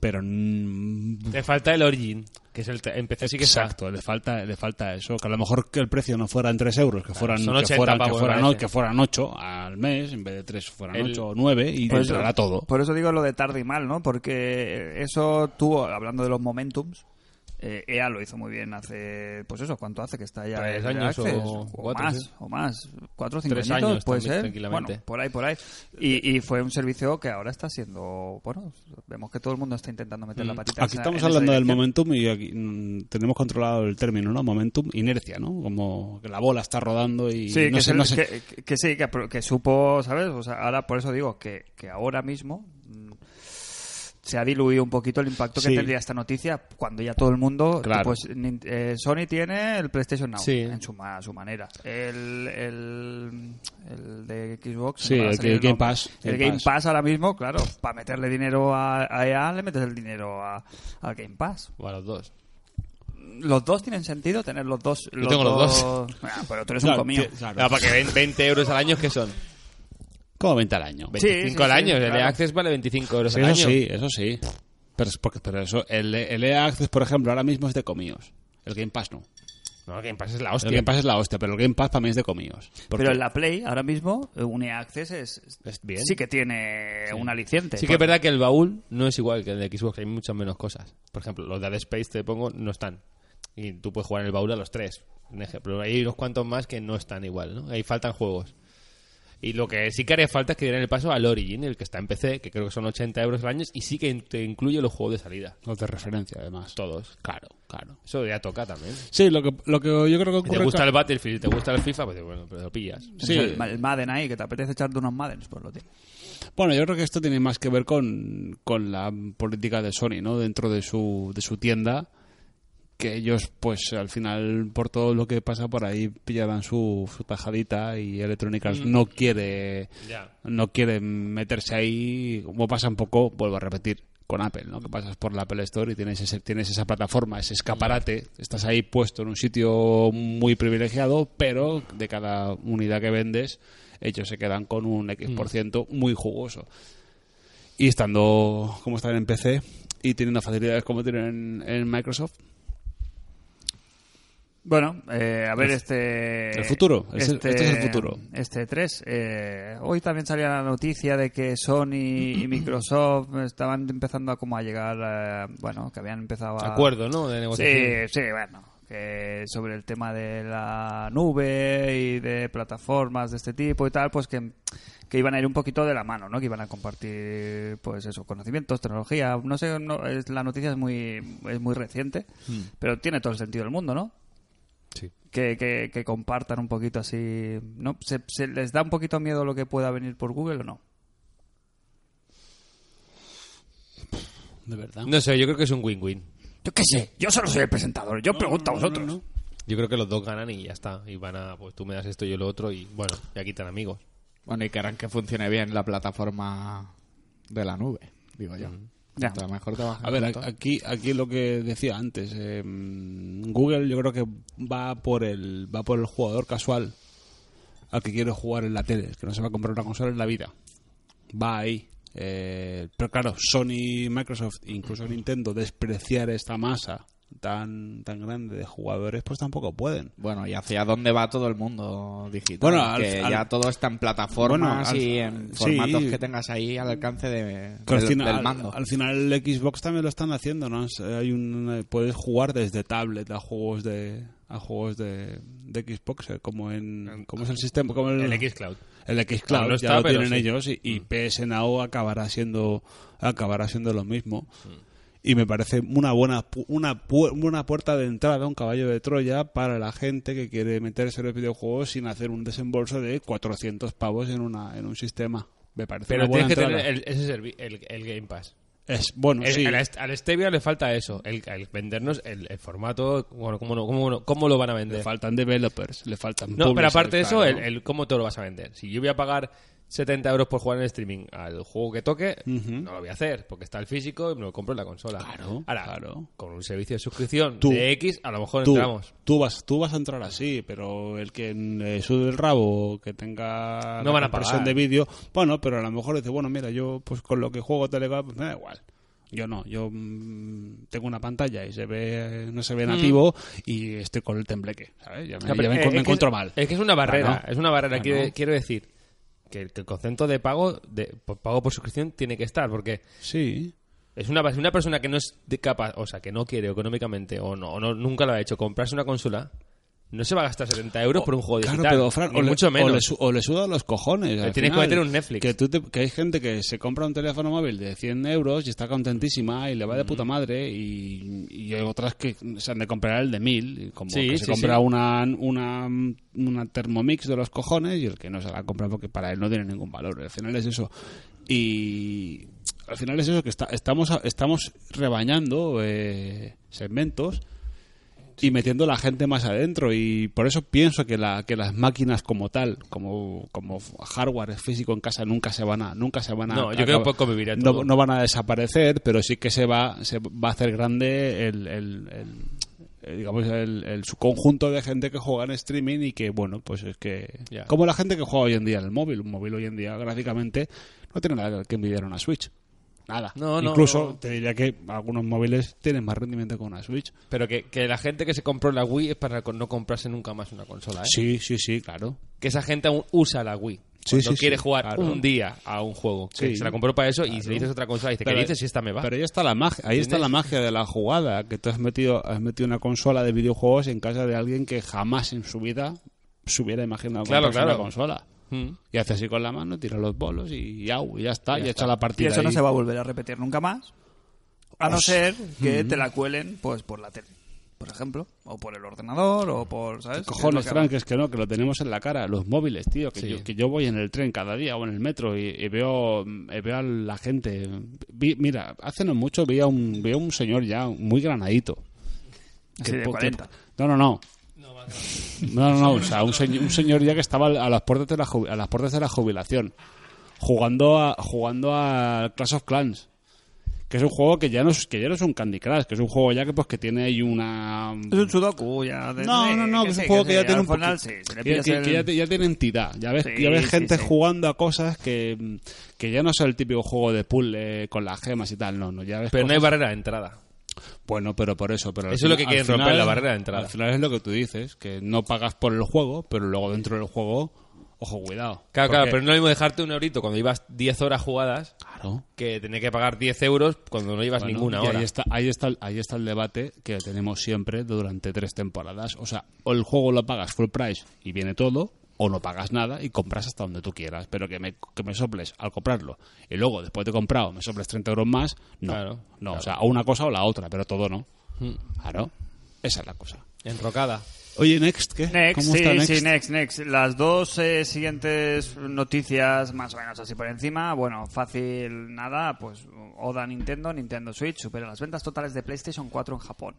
D: Pero mm,
B: Te falta el Origin, que es el te- empecé Este sí que está.
D: Exacto, le falta, le falta eso. Que a lo mejor que el precio no fueran 3 euros, que fueran,
B: son
D: que
B: 80
D: fueran, que
B: pavos,
D: fueran,
B: me
D: o-
B: parece.
D: que fueran 8 al mes, en vez de 3 fueran
B: El- Pues
D: 8 o 9 y te entrará todo.
A: por eso digo lo de tarde y mal no porque eso tuvo hablando de los momentums eh, EA lo hizo muy bien hace pues eso cuánto hace que está ya en
B: Tres
A: Early
B: años o
A: Access?
B: cuatro,
A: más
B: sí.
A: o más cuatro o cinco
B: Tres
A: añitos,
B: años
A: puede
B: también,
A: ser
B: tranquilamente.
A: Bueno, por ahí por ahí y, y fue un servicio que ahora está siendo bueno vemos que todo el mundo está intentando meter
B: Mm.
A: la patita en
D: Aquí
A: esa-
D: estamos
A: en esa
D: hablando del
A: dirección.
D: momentum y aquí mm, tenemos controlado el término, ¿no? Momentum, inercia, ¿no? Como que la bola está rodando y
A: Sí,
D: no
A: que,
D: sé,
A: se-
D: no sé.
A: que- que- que sí, que, pro- que supo, ¿sabes? O sea, ahora por eso digo que, que ahora mismo mm, se ha diluido un poquito el impacto que
D: Sí.
A: tendría esta noticia cuando ya todo el mundo
D: Claro.
A: pues nin- eh, Sony tiene el PlayStation Now
B: Sí.
A: en su, ma- su manera el, el, el de Xbox
D: Sí,
A: no me va a
D: el
A: salir
D: que- Game
A: nombre.
D: Pass,
A: el
D: Game
A: Game
D: Pass.
A: Pass ahora mismo claro para meterle dinero a, a EA le metes el dinero a, al Game Pass
B: O a los dos.
A: los dos tienen sentido tener los dos los
B: tengo los dos.
A: Ah, pero tú eres
D: Claro,
A: un comido
D: que- claro.
B: No, porque ven- 20 euros al año, ¿qué son?
D: Como 20 al año.
B: 25
A: sí,
B: al
A: sí,
B: año. el
A: claro.
B: Access vale 25 euros
D: Sí,
B: al
D: eso
B: año.
D: sí, eso sí. Pero, es porque- pero eso, el, el EA Access, por ejemplo, ahora mismo es de comíos. El Game Pass no.
B: No, Game Pass es la
D: El
B: hostia.
D: Game Pass es la hostia, pero el Game Pass para mí es de comíos. Porque-
A: Pero en la Play, ahora mismo, eh, un EA Access es,
B: Es bien.
A: sí que tiene un aliciente.
B: Sí que es verdad que el baúl no es igual que el de Xbox, que hay muchas menos cosas. Por ejemplo, los de Dead Space, te pongo, no están. Y tú puedes jugar en el baúl a los tres, un ejemplo. Hay unos cuantos más que no están igual, ¿no? Ahí faltan juegos. Y lo que sí que haría falta es que dieran el paso al Origin, el que está en PC, que creo que son 80 euros al año, y sí que in- te incluye los juegos de salida.
D: Los de referencia, además.
B: Todos.
D: Claro, claro.
B: Eso ya toca también. Si
D: Sí, lo que, lo que yo creo que ocurre...
B: te gusta
D: ca-
B: el Battlefield, si te gusta el FIFA, pues bueno, pero lo pillas.
D: Sí.
A: El, el Madden ahí, que te apetece echarte unos Maddens, pues lo tiene.
D: Bueno, yo creo que esto tiene más que ver con, con la política de Sony, ¿no? Dentro de su, de su tienda, que ellos, pues, al final, por todo lo que pasa por ahí, pillarán su, su tajadita y Electronic Arts no quiere...
B: Ya.
D: No quiere meterse ahí, como pasa un poco, vuelvo a repetir, con Apple, ¿no? Que pasas por la Apple Store y tienes, ese, tienes esa plataforma, ese escaparate, estás ahí puesto en un sitio muy privilegiado, pero de cada unidad que vendes, ellos se quedan con un X% por ciento muy jugoso. Y estando como están en PC y teniendo facilidades como tienen en, en Microsoft,
A: Bueno, eh, a ver este...
D: el futuro, es el- esto es el futuro.
A: Este 3. eh, hoy también salía la noticia de que Sony y Microsoft estaban empezando a como a llegar, eh, bueno, que habían empezado
D: Ah.
A: a...
B: Acuerdo, ¿no? De negociación.
A: Sí, sí, bueno. Que sobre el tema de la nube y de plataformas de este tipo y tal, pues que, que iban a ir un poquito de la mano, ¿no? Que iban a compartir, pues eso, conocimientos, tecnología. No sé, no- es- la noticia es muy, es muy reciente, pero tiene todo el sentido del mundo, ¿no?
B: Sí.
A: Que, que, que compartan un poquito así, ¿no? ¿Se, se les da un poquito miedo lo que pueda venir por Google o no?
D: de verdad.
B: No sé, yo creo que es un win-win.
A: Yo qué sé, yo solo soy el presentador, yo pregunto a vosotros.
B: Yo creo que los dos ganan y ya está. Y van a, pues tú me das esto y yo lo otro y bueno, ya quitan amigos.
E: Bueno, y que harán que funcione bien la plataforma de la nube, digo yo.
A: Ya.
E: A lo mejor te bajan
D: Mm. A ver,
E: tanto.
D: a- aquí, aquí lo que decía antes, eh, Google yo creo que va por el va por el jugador casual al que quiere jugar en la tele, el que no se va a comprar una consola en la vida. Va ahí. Eh, pero claro, Sony, Microsoft, incluso Nintendo, despreciar esta masa tan tan grande de jugadores, pues tampoco pueden.
E: Bueno, ¿y hacia dónde va todo el mundo digital?
D: Bueno, al-
E: que
D: al-
E: ya todo está en plataformas
D: Bueno, al-
E: y en
D: sí.
E: formatos que tengas ahí al alcance de,
D: Que al,
E: del,
D: final,
E: del mando.
D: al final el Xbox también lo están haciendo, ¿no? Es- eh, Hay un, puedes jugar desde tablet a juegos de a juegos de, de Xbox, eh, como en como es el sistema, como el,
B: El Xcloud.
D: el Xcloud
B: Ah,
D: ya
B: no está,
D: lo
B: pero
D: tienen
B: sí. Mm.
D: ellos y, y PS Now acabará siendo acabará siendo lo mismo.
B: Mm.
D: Y me parece una buena pu- una, pu- una puerta de entrada, un caballo de Troya para la gente que quiere meterse en los videojuegos sin hacer un desembolso de 400 pavos en una en un sistema. Me parece
B: Pero
D: una buena
B: tienes que
D: entrada.
B: tener el, ese servi- el, el Game Pass.
D: Es bueno,
B: El-
D: sí.
B: al, est- al Stevia le falta eso, el, el vendernos el, el formato, bueno, cómo, no- cómo, no- cómo lo van a
D: Le
B: vender.
D: faltan developers, le faltan.
B: No, pero
D: publishers,
B: aparte de eso,
D: claro.
B: el, el cómo te lo vas a vender. Si yo voy a pagar 70 euros por jugar en streaming al juego que toque, no lo voy a hacer, porque está el físico y me lo compro en la consola.
D: Claro,
B: Ahora,
D: claro.
B: con un servicio de suscripción
D: Tú-
B: de X, a lo mejor
D: tú,
B: entramos.
D: tú vas, tú vas a entrar así, pero el que le sube el rabo, que tenga
B: No
D: la
B: van a
D: compresión de
B: pagar.
D: vídeo, bueno, pero a lo mejor dice, bueno, mira, yo pues con lo que juego Telegram, pues me da igual. Yo no, yo mm, tengo una pantalla y se ve, no se ve nativo y estoy con el tembleque, ¿sabes? Ya me,
B: Mm. No, pero
D: ya me
B: es-
D: encon- me
B: es que
D: encuentro
B: es-
D: mal.
B: Es que es una barrera,
D: Ah, no.
B: es una barrera.
D: Ah,
B: quiere-
D: no.
B: Quiero decir que el, que el concepto de pago, de por- pago por suscripción, tiene que estar, porque
D: Sí.
B: es una, si una persona que no es de capaz, o sea, que no quiere económicamente o no, o no- nunca lo ha hecho, comprarse una consola, no se va a gastar 70 euros por un juego
D: Oh, Claro,
B: digital.
D: pero Fran,
B: ni
D: o le,
B: mucho menos.
D: O le, su- o le suda los cojones. al
B: tienes que
D: final.
B: meter un Netflix.
D: Que, tú te- que hay gente que se compra un teléfono móvil de 100 euros y está contentísima y le va de puta madre. Y, y hay otras que se han de comprar el de 1000. Como
B: Sí,
D: que
B: sí,
D: se
B: sí.
D: compra una, una, una Thermomix de los cojones y el que no se la compra porque para él no tiene ningún valor. Al final es eso. Y. Al final es eso que está- estamos, estamos rebañando eh, segmentos y metiendo la gente más adentro y por eso pienso que la que las máquinas como tal como como hardware físico en casa nunca se van a nunca se van a
B: No, yo creo que
D: acaba-
B: poco vivirá
D: no,
B: todo.
D: no van a desaparecer pero sí que se va se va a hacer grande el, el- el- el, digamos el, el subconjunto de gente que juega en streaming y que bueno pues es que
B: Ya.
D: como la gente que juega hoy en día en el móvil un móvil hoy en día gráficamente no tiene nada que envidiar a una Switch nada
B: No, no,
D: incluso
B: no.
D: te diría que algunos móviles tienen más rendimiento que una Switch
B: Pero que, que la gente que se compró la Wii es para no comprarse nunca más una consola. ¿eh?
D: sí sí sí claro
B: Que esa gente aún usa la Wii.
D: Sí,
B: cuando
D: sí, sí,
B: quiere jugar
D: claro.
B: un día a un juego. Que
D: Sí.
B: se la compró para eso y se le dices otra consola y dice, ¿qué
D: Pero-
B: dices? Si esta me va.
D: Pero ahí está la magia, ahí está la magia de la jugada, que tú has metido, has metido una consola de videojuegos en casa de alguien que jamás en su vida se hubiera imaginado
B: Claro,
D: comprarse
B: claro.
D: una consola.
B: Mm.
D: Y hace así con la mano, tira los bolos y, y au, y ya está, ya, echa la
A: Y
D: partida.
A: eso no
D: ahí.
A: se va a volver a repetir nunca más. A no ser que te la cuelen pues por la tele, por ejemplo, o por el ordenador o por, ¿sabes?
D: Cojones,
A: Es lo que-
D: Frank, que es que no, que lo tenemos en la cara, los móviles, tío, que,
B: Sí.
D: yo, que yo voy en el tren cada día o en el metro y, y veo, y veo a la gente. Vi- mira, hace no mucho vi a un, vi a un señor ya muy granadito.
A: Así de
D: po-
A: 40.
D: no, no, no. No, no, no, o sea, un, señ- un señor ya que estaba a las puertas de la, ju- a las puertas de la jubilación, jugando a, jugando a Clash of Clans, que es un juego que ya no es, que ya no es un Candy Crush, que es un juego ya que pues que tiene ahí una
A: Es un sudoku ya. de-
D: no,
A: sí,
D: no, no,
A: que
D: es un
A: sí,
D: juego
A: que
D: que
A: sí,
D: ya tiene
A: al
D: un
A: final
D: poqui-
A: sí, se le
D: que-
A: pillas
D: que-
A: el-
D: que ya, te- ya tiene entidad, ya ves,
A: Sí,
D: ya ves
A: sí,
D: gente
A: sí.
D: jugando a cosas que, que ya no es el típico juego de puzzle con las gemas y tal, no, no, ya ves
B: Pero no hay
D: cosas-
B: barrera de entrada.
D: bueno, pero por eso, pero al
B: Eso es lo
D: fina-
B: que quieren
D: al final-
B: romper, la barrera de entrada.
D: Al final es lo que tú dices, que no pagas por el juego, pero luego dentro del juego, ojo, cuidado.
B: Claro, claro,
D: Porque-
B: pero no es lo mismo dejarte un eurito cuando llevas 10 horas jugadas
D: Claro.
B: que tener que pagar 10 euros cuando no llevas
D: Bueno,
B: ninguna
D: y
B: hora.
D: Ahí está, ahí, está, el- ahí está el debate que tenemos siempre durante tres temporadas. O sea, o el juego lo pagas full price y viene todo, o no pagas nada y compras hasta donde tú quieras, pero que me, que me soples al comprarlo y luego después de comprado me soples 30 euros más, no.
B: Claro, Hmm.
D: no, o sea, o una cosa o la otra, pero todo no. Claro, esa es la cosa.
B: Enrocada.
D: Oye, Next, ¿qué?
A: Next,
D: ¿Cómo
A: sí,
D: está
A: sí, Next, Next. Las dos eh, siguientes noticias, más o menos así por encima. Bueno, fácil, nada, pues Oda Nintendo, Nintendo Switch supera las ventas totales de PlayStation 4 en Japón.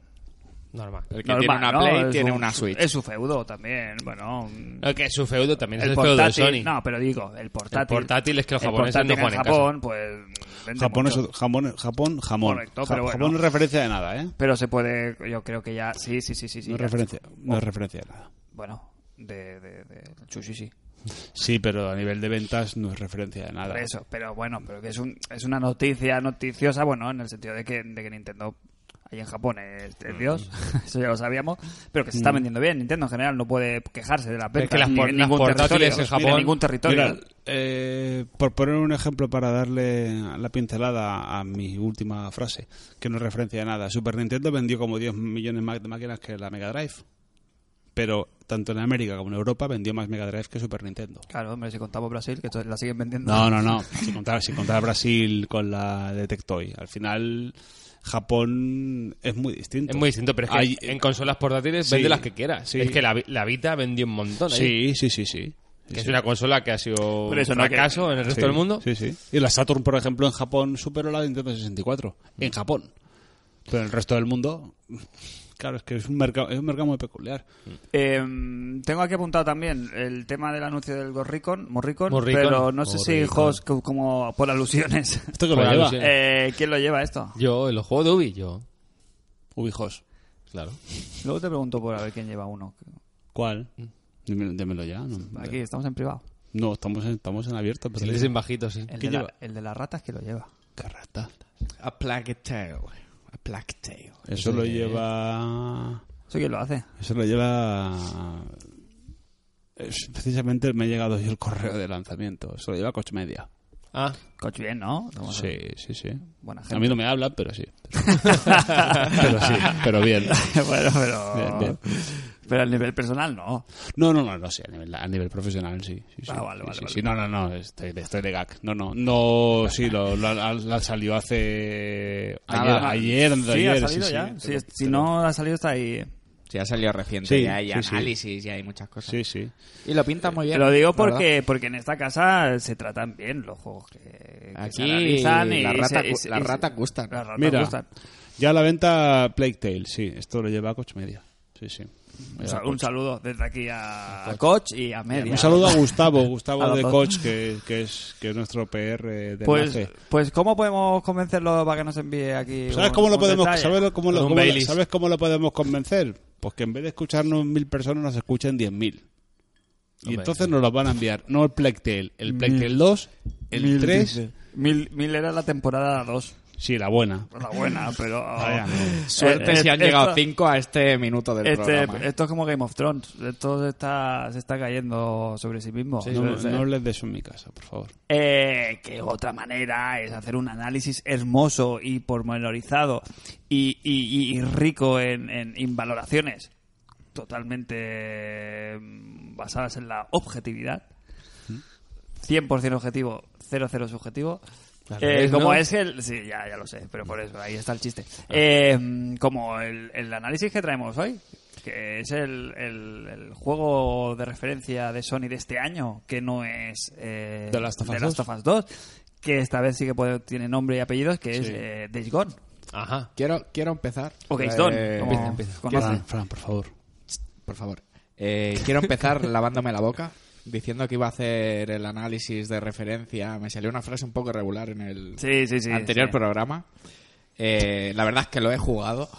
B: Normal.
E: El que
A: Normal,
E: tiene una
A: ¿no?
E: Play
A: Es
E: tiene
A: un-
E: una Switch.
A: Es su feudo también, bueno... mm,
B: El que es su feudo también es
A: El
B: el feudo de
A: portátil,
B: Sony.
A: no, pero digo, el portátil.
B: El portátil es que los
A: el
B: japoneses
A: portátil
B: no juegan
A: en
B: en casa.
A: Japón, pues... vende
D: Japón, es
A: mucho.
D: otro- jamón, Japón, jamón.
A: Correcto,
D: Ja-
A: pero bueno.
D: Japón no es referencia de nada, ¿eh?
A: Pero se puede, yo creo que ya... Sí, sí, sí, sí. sí
D: No es
A: ya.
D: referencia, no es referencia de nada.
A: Bueno, de... de, de Chushi, sí.
D: Sí, pero a nivel de ventas no es referencia de nada.
A: Por eso, pero bueno, pero que es, un, es una noticia noticiosa, bueno, en el sentido de que, de que Nintendo ahí en Japón es,
B: Mm.
A: es Dios, eso ya lo sabíamos, pero que se
D: Mm.
A: está vendiendo bien. Nintendo en general no puede quejarse de la
B: que
A: venta
B: las por- las portátiles en Japón-
A: ningún territorio.
D: Mira, eh, por poner un ejemplo para darle la pincelada a mi última frase, que no es referencia de nada, Super Nintendo vendió como 10 millones más de máquinas que la Mega Drive. Pero tanto en América como en Europa vendió más Mega Drive que Super Nintendo.
A: Claro, hombre, si contamos Brasil, que esto- la siguen vendiendo.
D: No, no, no. Si contaba, si contaba Brasil con la de Tectoy. Al final, Japón es muy distinto.
B: Es muy distinto, pero es que
D: Hay-
B: en consolas portátiles
D: Sí,
B: vende las que quieras.
D: sí.
B: Es que la, Vi- la Vita vendió un montón. ahí.
D: Sí, sí, sí, sí.
B: Que
D: Sí,
B: es
D: sí.
B: una consola que ha sido
A: Por eso
B: un
A: no,
B: fracaso en el resto
D: Sí,
B: del mundo.
D: Sí, sí. Y la Saturn, por ejemplo, en Japón superó la de Nintendo 64. En Japón. Pero en el resto del mundo, claro, es que es un mercado, es un mercado muy peculiar.
A: Eh, tengo aquí apuntado también el tema del anuncio del Gorricon, Morricon,
B: Morricon.
A: pero no sé si
B: Morricon.
A: Jos, co- como por alusiones,
D: Esto que
B: Por
D: lo lleva.
B: alusión.
A: eh, ¿quién lo lleva esto?
B: Yo, en los juegos de Ubi, yo.
D: Ubijos.
B: Claro.
A: Luego te pregunto por a ver quién lleva uno.
D: ¿Cuál?
B: Mm.
D: Dímelo, dímelo ya. No,
A: Aquí estamos en privado.
D: no estamos, en, estamos en abierto. Pero
B: Se le dicen bajito, sí.
A: El,
D: ¿Quién
A: de,
D: lleva?
A: La, el de las ratas que lo lleva.
D: Qué rata.
E: A Plague Tale. A Plague Tale.
D: Eso lo lleva...
A: ¿Eso quién lo hace?
D: Eso lo lleva. es- precisamente me ha llegado hoy el correo de lanzamiento. Se lo lleva Coach Media.
B: Ah,
A: Coach bien, ¿no? Como
D: Sí, sí, sí.
A: Buena gente.
D: A mí no me hablan, pero sí. pero sí, pero bien.
A: bueno, pero...
D: Bien, bien.
A: Pero a nivel personal no.
D: No, no, no, no, sí, a nivel, a nivel profesional sí. sí, sí.
A: Ah, vale,
D: Sí,
A: vale,
D: sí,
A: vale.
D: sí. No, no, no, estoy, de- estoy de gag. No, no, no, sí, lo, lo- la- la salió hace. Ayer,
E: Nada,
D: ayer,
A: Ah, Sí,
D: ayer,
A: ha salido
D: sí,
A: ya.
D: sí,
A: Sí,
D: pero-
A: es- si no ha salido está ahí.
E: Sí, ha salido reciente.
D: Sí,
E: ya hay
D: sí, sí.
E: análisis, ya hay muchas cosas.
D: Sí, sí.
E: Y lo pinta muy
A: Te
E: bien.
A: lo digo
E: la verdad.
A: porque, porque en esta casa se tratan bien los juegos que, que se
E: Aquí
A: analizan y
E: la rata,
A: se-
E: gu-
A: se-
E: la
A: y se-
E: rata gusta.
A: las ratas
D: Mira,
A: gustan.
D: ya a la venta Plague Tale, sí, esto lo lleva Coach Media. Sí, sí.
A: Un sal- Un saludo desde aquí a, a Coach y a Media.
D: Un saludo a Gustavo, Gustavo
A: A los
D: de
A: dos.
D: Coach, que, que es, que es nuestro PR de
A: Pues,
D: enlace.
A: pues, ¿cómo podemos convencerlo para que nos envíe aquí?
D: ¿Sabes
A: Pues, un-
D: cómo lo
A: un
D: podemos
A: detalle?
D: sabes lo- cómo lo-
B: Con un
D: cómo lo-
B: Baileys.
D: sabes cómo lo podemos convencer? Pues que en vez de escucharnos mil personas, nos escuchen diez mil. Y
B: Hombre.
D: entonces nos los van a enviar, no el Plectel, el Plectel 2, el 3,
A: dice. Mil, mil era la temporada 2.
D: sí, la buena.
A: La buena, pero.
D: Vaya, no.
E: Suerte
A: Eh,
E: si
A: eh,
E: han llegado
A: esto-
E: 5 a este minuto del programa. eh.
A: Este, esto es como Game of Thrones. Esto se está, se está cayendo sobre sí mismo.
D: No,
A: O sea,
D: no hables de eso en mi casa, por favor.
A: eh, que otra manera es hacer un análisis hermoso y pormenorizado y, y- y- y rico en, en, en valoraciones totalmente mm, basadas en la objetividad. 100% objetivo, 0-0 subjetivo.
B: Al
A: Eh,
B: revés,
A: como
B: ¿no?
A: es el... Sí, ya, ya lo sé, pero por eso, ahí está el chiste.
D: Ah.
A: Eh, mm, como el, el análisis que traemos hoy, que es el, el- el juego de referencia de Sony de este año, que no es... eh,
D: The Last of Us
A: The Last
D: 2.
A: of Us 2, que esta vez sí que puede- tiene nombre y apellidos, que es
D: Sí.
A: eh, Days Gone.
B: ajá.
E: Quiero, quiero empezar.
A: O Days
E: eh,
A: Gone. como
E: empieza, empieza.
A: conoce.
D: Fran, Fran, por favor.
E: Por favor. Eh, quiero empezar lavándome la boca, diciendo que iba a hacer el análisis de referencia. Me salió una frase un poco irregular en el
A: Sí, sí, sí.
E: anterior
A: sí.
E: programa. Eh, la verdad es que lo he jugado,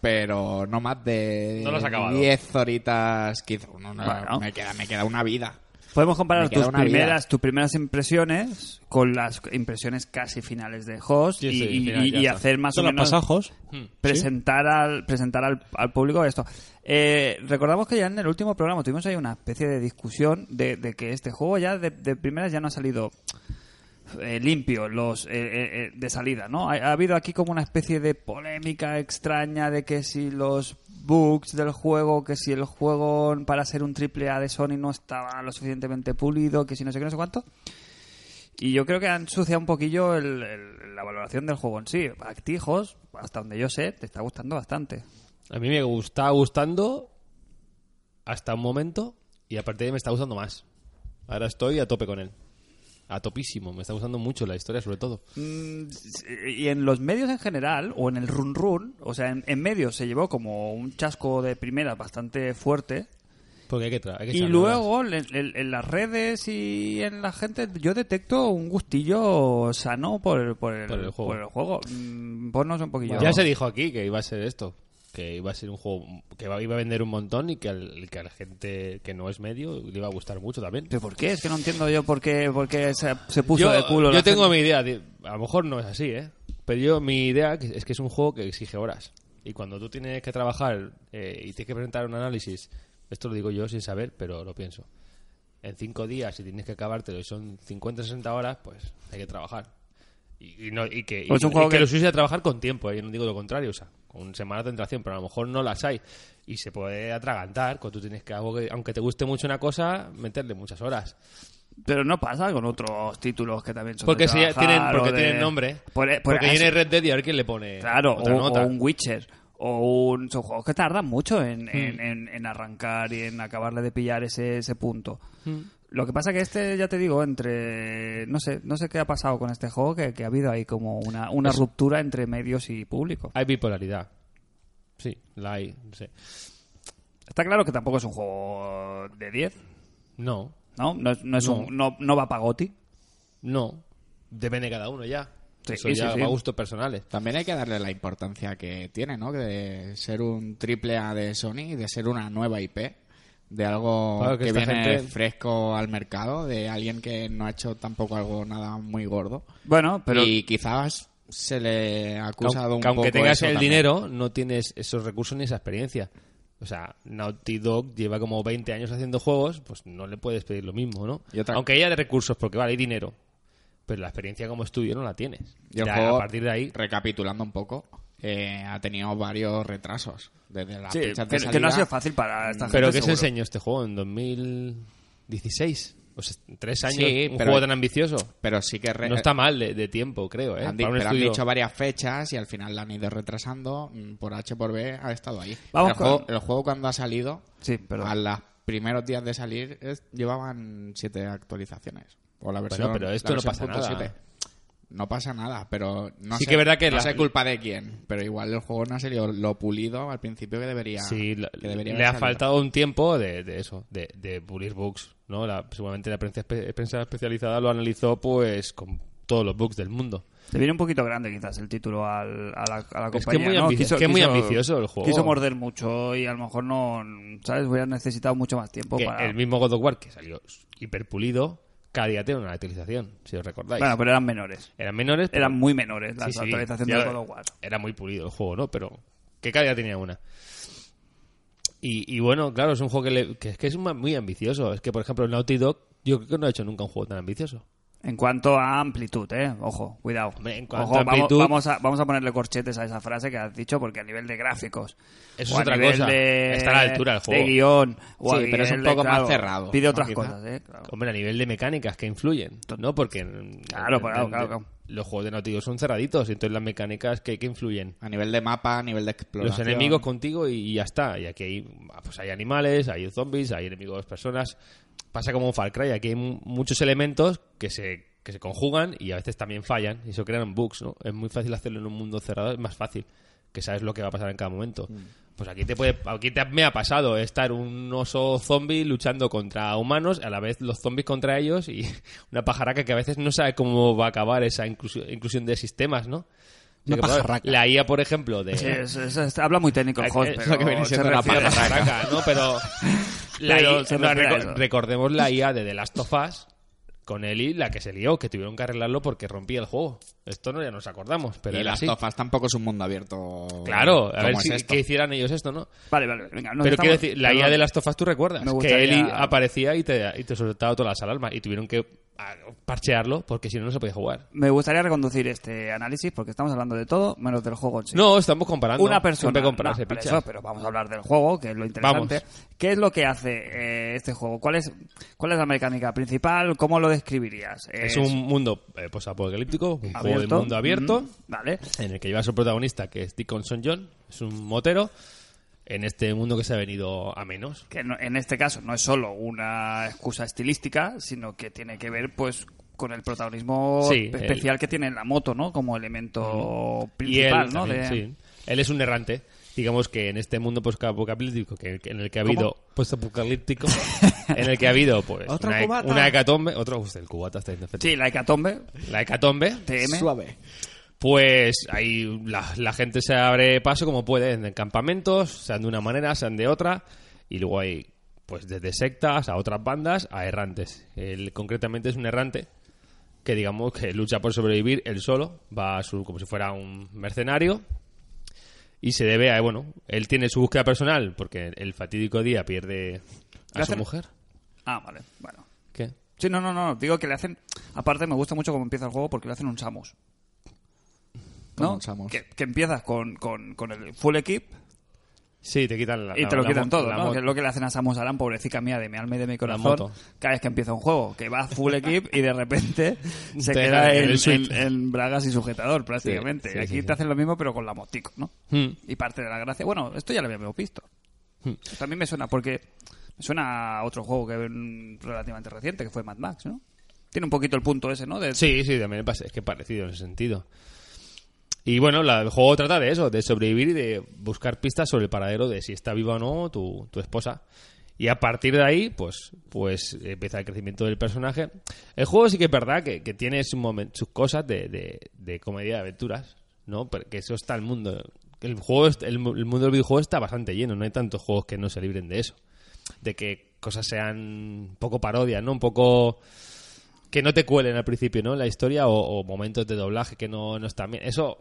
E: pero no más de
B: No lo has acabado.
E: 10 horitas. 15. No, no,
A: Bueno.
E: me, queda, me queda una vida.
A: Podemos comparar
E: Me queda
A: tus
E: una vida.
A: primeras, tus primeras impresiones con las impresiones casi finales de Host
B: Sí,
A: y,
B: sí,
A: y-
B: final,
A: y
B: ya está.
A: hacer más o
D: ¿Son los
A: menos
D: pasajos?
A: presentar al presentar al, al público esto. Eh, recordamos que ya en el último programa tuvimos ahí una especie de discusión de, de que este juego ya de, de primeras ya no ha salido eh, limpio los eh, eh, eh, de salida, ¿no? Ha, ha habido aquí como una especie de polémica extraña de que si los bugs del juego, que si el juego para ser un triple A de Sony no estaba lo suficientemente pulido, que si no sé qué, no sé cuánto. Y yo creo que han ensuciado un poquillo el- el- la valoración del juego en sí. A ti, Jos, hasta donde yo sé, te está gustando bastante.
B: A mí me está gustando hasta un momento y a partir de ahí me está gustando más. Ahora estoy a tope con él. A topísimo. Me está gustando mucho la historia, sobre todo.
A: Mm, y en los medios en general, o en el run run, o sea, en, en medios se llevó como un chasco de primera bastante fuerte.
B: Porque hay que tra- hay que
A: Y
B: echarle horas.
A: luego en, en- en las redes y en la gente yo detecto un gustillo sano por el, por el,
B: Por el juego.
A: juego. Mm, ponnos un poquillo.
B: Ya se dijo aquí que iba a ser esto. Que iba a ser un juego que va- iba a vender un montón y que, al- que a la gente que no es medio le iba a gustar mucho también.
A: ¿Pero por qué? Es que no entiendo yo por qué, por qué se, se puso
B: yo,
A: de culo.
B: yo
A: la
B: tengo
A: gente.
B: mi idea. di- A lo mejor no es así, ¿eh? Pero yo, mi idea que- es que es un juego que exige horas. Y cuando tú tienes que trabajar eh, y tienes que presentar un análisis, esto lo digo yo sin saber, pero lo pienso. En cinco días, si tienes que acabártelo y son 50 60 horas, pues hay que trabajar. Y, y no, y que, y-
A: Pues es un
B: y
A: juego
B: que
A: que-
B: lo suyo sea trabajar con tiempo, ¿eh? yo no digo lo contrario, o sea, con una semana de tentación, pero a lo mejor no las hay. Y se puede atragantar cuando tú tienes que, algo que, aunque te guste mucho una cosa, meterle muchas horas.
A: Pero no pasa con otros títulos que también son
B: Porque,
A: de
B: si ya
A: trabajar
B: tienen,
A: o
B: porque
A: de-
B: tienen nombre.
A: Por- e, por-
B: porque
A: así-
B: viene Red Dead y a ver quién le pone
A: Claro,
B: otra
A: o,
B: nota.
A: o un Witcher. O un, son juegos que tardan mucho en,
B: Hmm.
A: en- en- en arrancar y en acabarle de pillar ese, ese punto.
B: Hmm.
A: Lo que pasa que este, ya te digo, entre... No sé, no sé qué ha pasado con este juego, que, que ha habido ahí como una, una ruptura entre medios y público.
B: Hay bipolaridad. Sí, la hay. No, sé.
A: Está claro que tampoco es un juego de 10,
B: no,
A: ¿no? No, es- no es un- no- no va pagotti.
B: no. Depende de cada uno ya.
A: Sí,
B: Eso
A: sí,
B: ya
A: sí.
B: va a gustos personales.
E: También hay que darle la importancia que tiene, ¿no? Que De ser un triple A de Sony, de ser una nueva IP, de algo
B: Claro, que
E: que,
B: esta
E: viene
B: gente-
E: fresco al mercado, de alguien que no ha hecho tampoco algo nada muy gordo.
A: Bueno, pero...
E: Y quizás se le ha
B: Que
E: acusado
B: aunque-
E: un
B: que aunque
E: poco
B: tengas
E: eso
B: el
E: también.
B: dinero, no tienes esos recursos ni esa experiencia. O sea, Naughty Dog lleva como 20 años haciendo juegos, pues no le puedes pedir lo mismo, ¿no?
E: Y otra-
B: Aunque haya de recursos, porque vale, hay dinero. Pero la experiencia como estudio no la tienes.
E: Y el
B: Ya,
E: juego,
B: a partir de ahí,
E: Recapitulando un poco, eh, ha tenido varios retrasos desde las
A: sí,
E: fechas de
A: que,
E: salida.
A: que no ha sido fácil para esta gente,
B: Pero ¿qué se
A: seguro.
B: enseñó este juego en 2016? O sea, Pues tres años,
E: Sí,
B: un
E: pero-
B: juego tan ambicioso.
E: Pero sí que re-
B: No está mal de, de tiempo, creo, ¿eh?
E: han, di-
B: Para un
E: pero han
B: estudio-
E: dicho varias fechas y al final la han ido retrasando. mm, Por H por B ha estado ahí.
A: Vamos
E: el,
A: con-
E: juego, el juego cuando ha salido,
A: Sí, perdón.
E: a los primeros días de salir, es- llevaban siete actualizaciones. O la versión,
B: pero esto
E: la
B: no
E: versión
B: pasa
E: punto
B: nada.
E: siete. No pasa nada, pero no
B: Sí
E: sé,
B: que es verdad que
E: no
B: la-
E: sé culpa de quién. Pero igual el juego no ha salido lo pulido al principio que debería.
B: Sí, la-
E: que debería
B: le
E: haber
B: ha
E: salido.
B: faltado un tiempo de, de eso, de, de pulir bugs, ¿no? La, seguramente la prensa, espe- prensa especializada lo analizó, pues, con todos los bugs del mundo.
A: Te viene un poquito grande quizás el título al, a, la, a la
B: Es
A: compañía.
B: que muy
A: ¿no?
B: ambicio- es que muy ambicioso el juego.
A: Quiso morder mucho y a lo mejor no, ¿sabes? Hubiera necesitado mucho más tiempo
B: Que
A: para...
B: El mismo God of War, que salió hiperpulido, cada día tiene una actualización, si os recordáis.
A: Bueno, pero eran menores.
B: eran menores, pero-
A: Eran muy menores las
B: Sí, sí,
A: actualizaciones
B: ya
A: de
B: lo-
A: God of War.
B: Era muy pulido el juego, ¿no? Pero qué calidad tenía una. Y, y bueno, claro, es un juego que, le- que es que es un- muy ambicioso. Es que, por ejemplo, Naughty Dog, yo creo que no ha hecho nunca un juego tan ambicioso.
A: En cuanto a amplitud, ¿eh? Ojo, cuidado.
B: Hombre, en cuanto
A: Ojo,
B: a
A: vamos-
B: amplitud-
A: Vamos, a, vamos a ponerle corchetes a esa frase que has dicho porque a nivel de gráficos...
B: Eso
A: o
B: es
A: a
B: otra
A: nivel
B: cosa.
A: de-
B: Está a la altura del juego.
A: De guión. o a
E: Sí, pero es un
A: nivel de-
E: poco más
A: claro,
E: cerrado,
A: Pide
E: ¿no?
A: otras
E: Quizá.
A: cosas, ¿eh? Claro.
B: Hombre, a nivel de mecánicas que influyen, ¿no? Porque mm,
A: Claro, claro, claro, claro.
B: los juegos de Naughty Dog son cerraditos, y entonces las mecánicas que, que influyen.
E: A nivel de mapa, a nivel de
B: Los
E: exploración.
B: enemigos contigo y, y ya está. Y aquí hay, pues hay animales, hay zombies, hay enemigos, personas. Pasa como un Far Cry. Aquí hay mu- muchos elementos que se, que se conjugan y a veces también fallan. Y eso crean bugs, ¿no? Es muy fácil hacerlo en un mundo cerrado, es más fácil. Que sabes lo que va a pasar en cada momento.
E: Mm.
B: Pues aquí te puede, aquí te, me ha pasado estar un oso zombie luchando contra humanos, a la vez los zombies contra ellos y una pajaraca que a veces no sabe cómo va a acabar esa inclusión, inclusión de sistemas, ¿no?
E: Una
B: Porque, por ejemplo,
E: pajarraca.
B: La IA, por ejemplo, de,
A: Sí, es- es- es- habla muy técnico el
B: es-
A: juego,
B: es
A: pero
E: lo que viene
A: se
E: siendo la
A: refiere-
E: palabra.
B: Raca, ¿no? Pero, la
A: Pero
B: I-
A: se
B: no,
A: refiere a
B: reco-
A: eso.
B: recordemos la IA de The Last of Us con Eli, la que se lió, que tuvieron que arreglarlo porque rompía el juego. Esto no ya nos acordamos, pero
E: y
B: era
E: las
B: así.
E: tofas tampoco es un mundo abierto.
B: Claro, a
E: como
B: ver
E: es
B: si
E: esto.
B: que hicieran ellos esto, ¿no?
A: Vale, vale, venga. nos
B: pero quiero
A: estamos-
B: decir, la
A: perdón.
B: IA de Last of Us tú recuerdas,
A: Me
B: que Eli
A: gustaría-
B: aparecía y te, y te soltaba todas las alarmas y tuvieron que ah, parchearlo porque si no no se podía jugar.
A: Me gustaría reconducir este análisis porque estamos hablando de todo menos del juego en sí.
B: No, estamos comparando.
A: Una persona.
B: Siempre compararse,
A: no, por
B: pichas.
A: eso, pero vamos a hablar del juego, que es lo interesante.
B: Vamos.
A: ¿Qué es lo que hace eh, este juego? ¿Cuál es, ¿Cuál es la mecánica principal? ¿Cómo lo describirías?
B: Es un mundo eh, posapocalíptico, un juego de
A: abierto.
B: mundo abierto.
A: Mm, vale.
B: en el que lleva a su protagonista, que es Deacon John, es un motero. en este mundo que se ha venido a menos.
A: que no- en este caso no es solo una excusa estilística, sino que tiene que ver pues con el protagonismo
B: Sí,
A: especial que tiene la moto, ¿no? Como elemento
B: Y él,
A: principal, ¿no?
B: también,
A: De-
B: sí. él es un errante. Digamos que en este mundo postapocalíptico que, que en el que ha
A: ¿Cómo?
B: habido postapocalíptico en el que ha habido pues
E: Otro
B: una, he-
E: cubata.
B: una hecatombe, otro usted, el cubata está en efecto.
A: Sí, la hecatombe,
B: La hecatombe,
A: TM.
E: Suave.
B: pues ahí la, la gente se abre paso como puede en campamentos, sean de una manera, sean de otra, y luego hay pues desde sectas a otras bandas a errantes. Él concretamente es un errante que digamos que lucha por sobrevivir él solo, va a su, como si fuera un mercenario y se debe a bueno, él tiene su búsqueda personal porque el fatídico día pierde a
A: Le
B: su
A: hacen-
B: mujer.
A: Ah, vale, bueno.
B: ¿Qué?
A: Sí, no, no, no, digo que le hacen... Aparte me gusta mucho cómo empieza el juego porque le hacen un Samus.
E: Como
A: ¿No?
E: un Samus.
A: Que, que empiezas con, con, con el full equip
B: Sí, te quitan la
A: y
B: la-
A: te lo
B: la
A: quitan
B: mo-
A: todo,
B: la
A: ¿no?
B: mo-
A: Que es lo que le hacen a Samus Aran, pobrecita mía, de mi alma y de mi corazón,
B: moto.
A: cada vez que empieza un juego, que va full equip y de repente se
B: Te
A: queda
B: dejan en
A: en,
B: el suite.
A: en- en bragas y sujetador, prácticamente.
B: Sí, sí,
A: y aquí
B: sí,
A: te
B: sí.
A: hacen lo mismo, pero con la motico, ¿no?
B: Hmm.
A: Y parte de la gracia... Bueno, esto ya lo habíamos visto. Esto a mí me suena porque... Me suena a otro juego que mm, relativamente reciente, que fue Mad Max, ¿no? Tiene un poquito el punto ese, ¿no? De
B: Sí, sí, también pasa- es que parecido en ese sentido. Y bueno, la- el juego trata de eso, de sobrevivir y de buscar pistas sobre el paradero de si está viva o no tu, tu esposa. Y a partir de ahí, pues, pues empieza el crecimiento del personaje. El juego sí que es verdad que, que tiene sus, momen- sus cosas de, de- de comedia de aventuras, ¿no? Porque eso está el mundo. El, juego, es- el mu- el mundo del videojuego está bastante lleno, no hay tantos juegos que no se libren de eso. De que cosas sean un poco parodia, ¿no? Un poco que no te cuelen al principio, ¿no? La historia o, o momentos de doblaje que no, no están bien. Eso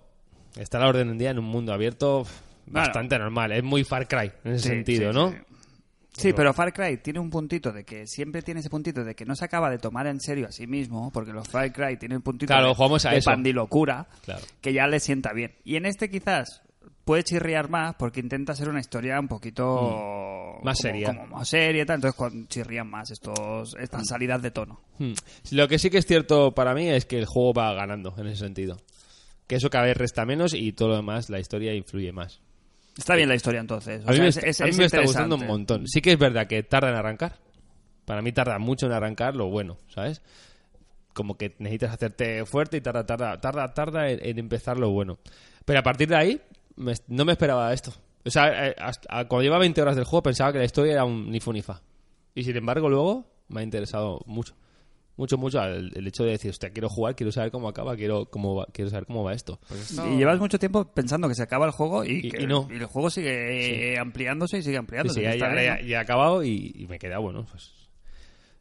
B: está a la orden del día en un mundo abierto pf,
A: Bueno.
B: bastante normal. Es muy Far Cry en ese
A: Sí,
B: sentido,
A: sí,
B: ¿no?
A: sí. Sí, pero Far Cry tiene un puntito de que siempre tiene ese puntito de que no se acaba de tomar en serio a sí mismo, porque los Far Cry tienen un puntito
B: Claro,
A: de,
B: jugamos a
A: de
B: eso.
A: pandilocura
B: Claro.
A: que ya le sienta bien. Y en este quizás puede chirriar más porque intenta ser una historia un poquito
B: Mm. Más
A: como-
B: seria. Mm.
A: como más seria, y tal. entonces cuando chirrían más estos estas salidas de tono.
B: Hmm. Lo que sí que es cierto para mí es que el juego va ganando en ese sentido. Que eso cada vez resta menos y todo lo demás, la historia influye más.
A: Está bien la historia entonces. o
B: A mí
A: sea,
B: me
A: es-
B: está-
A: es-
B: a mí
A: es
B: me está gustando un
A: interesante.
B: montón. Sí que es verdad que tarda en arrancar. Para mí tarda mucho en arrancar lo bueno, ¿sabes? Como que necesitas hacerte fuerte y tarda, tarda, tarda, tarda en, en empezar lo bueno. Pero a partir de ahí, me- no me esperaba esto. O sea, eh, hasta- cuando llevaba 20 horas del juego pensaba que la historia era un ni fu ni fa. Y sin embargo, luego me ha interesado mucho. Mucho, mucho el, el hecho de decir, hostia, quiero jugar, quiero saber cómo acaba, quiero, cómo va- quiero saber cómo va esto.
A: Y llevas mucho tiempo pensando que se acaba el juego y,
B: Y-
A: que
B: y no.
A: el juego sigue eh, ampliándose y sigue
B: Sí,
A: ampliándose.
B: sí,
A: que
B: ya,
A: está
B: ya-
A: bien, ¿no?
B: ya- ya he acabado y, y me queda, bueno, pues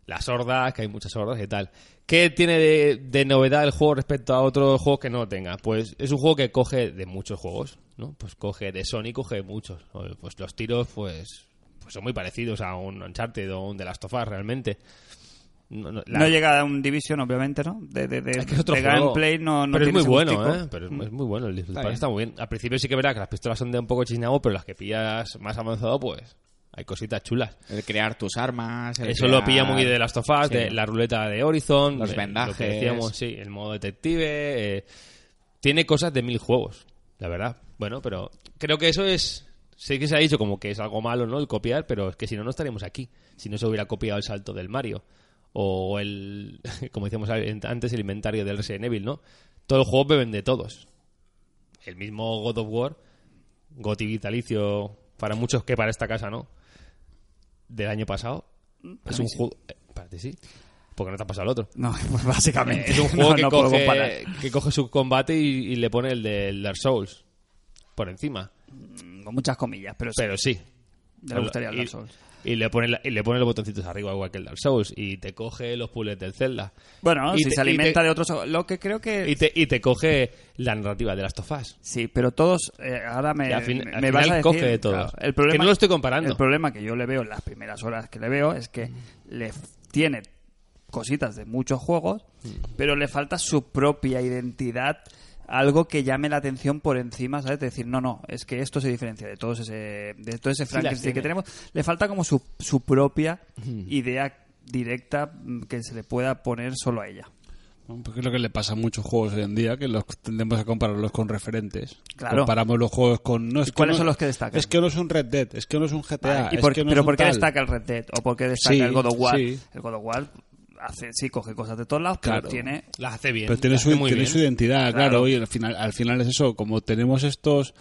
B: las hordas, que hay muchas hordas y tal. ¿Qué tiene de, de novedad el juego respecto a otros juegos que no lo tenga? Pues es un juego que coge de muchos juegos, ¿no? Pues coge de Sony, coge de muchos. O, Pues los tiros, pues, pues son muy parecidos a un Uncharted o un The Last of Us realmente. No, no, la-
A: No llega a un Division, obviamente, ¿no? De, de, de,
B: es que es otro
A: de
B: juego.
A: gameplay no, no
B: pero es
A: tiene
B: muy
A: ese
B: bueno,
A: gustico. Mm.
B: ¿eh? Pero es, es muy bueno. El disparo
E: bien.
B: está muy bien. Al principio sí que verá que las pistolas son de un poco chisnabo, pero las que pillas más avanzado, pues hay cositas chulas.
E: El crear tus armas. el
B: Eso lo pilla
E: crear-
B: muy de Last of Us,
E: Sí.
B: de la ruleta de Horizon,
E: Los
B: de
E: vendajes.
B: lo que decíamos, sí, el modo detective. eh, tiene cosas de mil juegos, la verdad. Bueno, pero creo que eso es. Sé que se ha dicho como que es algo malo, ¿no? El copiar, pero es que si no, no estaríamos aquí. Si no se hubiera copiado el salto del Mario. O el. Como decíamos antes, el inventario del Resident Evil, ¿no? Todos los juegos beben de todos. El mismo God of War, Goti vitalicio para muchos que para esta casa no, del año pasado. Es un juego. eh, Para ti sí. Porque no te ha pasado el otro.
A: No, pues básicamente.
B: Es un juego
A: no,
B: que,
A: no puedo comparar.
B: coge, que coge su combate y, y le pone el del Dark Souls por encima.
A: Con muchas comillas, pero, sí,
B: Pero sí.
A: ya le gustaría el Dark Souls.
B: Y, y le pone la- y le pone los botoncitos arriba, igual que el Dark Souls. Y te coge los puzzles del Zelda.
A: Bueno,
B: Y
A: si
B: te-
A: se
B: y te-
A: alimenta de otros... Lo que creo que...
B: Y te, y te coge la narrativa de las tofás.
A: Sí, pero todos... eh, ahora me,
B: Y al fin-
A: me-
B: al
A: me
B: final
A: vas a decir...
B: coge de todos.
A: el problema,
B: Que no lo estoy comparando.
A: El problema que yo le veo en las primeras horas que le veo es que le f- tiene cositas de muchos juegos, pero le falta su propia identidad, algo que llame la atención por encima, ¿sabes? De decir, no, no, es que esto se diferencia de todos ese, de todo ese
B: las
A: Frankenstein que
B: tiene.
A: tenemos. Le falta como su, su propia idea directa mm, que se le pueda poner solo a ella.
D: Bueno, Porque es lo que le pasa a muchos juegos hoy en día, que los tendemos a compararlos con referentes.
A: Claro.
D: Comparamos los juegos con... No, es que
A: cuáles
D: no-
A: son los que destacan?
D: Es que no es un Red Dead, es que no es un GTA,
A: Vale, ¿Y
D: es
A: por-
D: que no es
A: ¿Pero
D: un
A: por qué
D: tal.
A: destaca el Red Dead? ¿O por qué destaca
D: Sí,
A: el God of War?
D: sí.
A: El God of War hace, sí, coge cosas de todos lados, pero
D: Claro.
A: tiene...
B: Las hace bien.
D: Pero tiene
B: las
D: su,
B: hace muy
D: tiene
B: bien.
D: su identidad, claro,
A: ¿eh? Claro.
D: y al final, al final es eso, como tenemos estos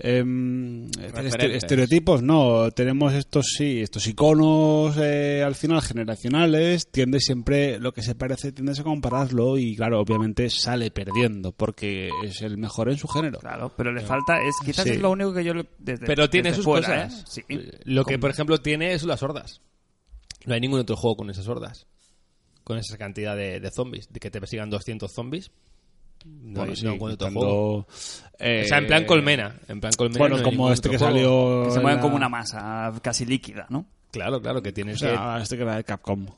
D: em, estere- estereotipos, no, tenemos estos sí, estos iconos eh, al final generacionales, tiende siempre lo que se parece, tiendes a compararlo y claro, obviamente sale perdiendo porque es el mejor en su género.
A: Claro, pero le falta... es Quizás
D: Sí.
A: es lo único que yo... le- Desde,
B: Pero tiene
A: desde
B: sus
A: fuera,
B: cosas.
A: ¿eh? Sí.
B: Lo que, por ejemplo, tiene es las hordas. No hay ningún otro juego con esas hordas. Con esa cantidad de, de zombies. De que te persigan 200 zombies. No, hay- no encuentro otro juego.
D: cuando, eh,
B: o sea, en plan colmena. En plan colmena. no
D: Bueno,
B: hay
D: como
B: ningún
D: este
B: otro
D: que
B: juego.
D: salió...
A: Que se mueven
D: la-
A: como una masa casi líquida, ¿no?
B: Claro, claro, que tienes
D: o sea, este que era de Capcom.
B: el,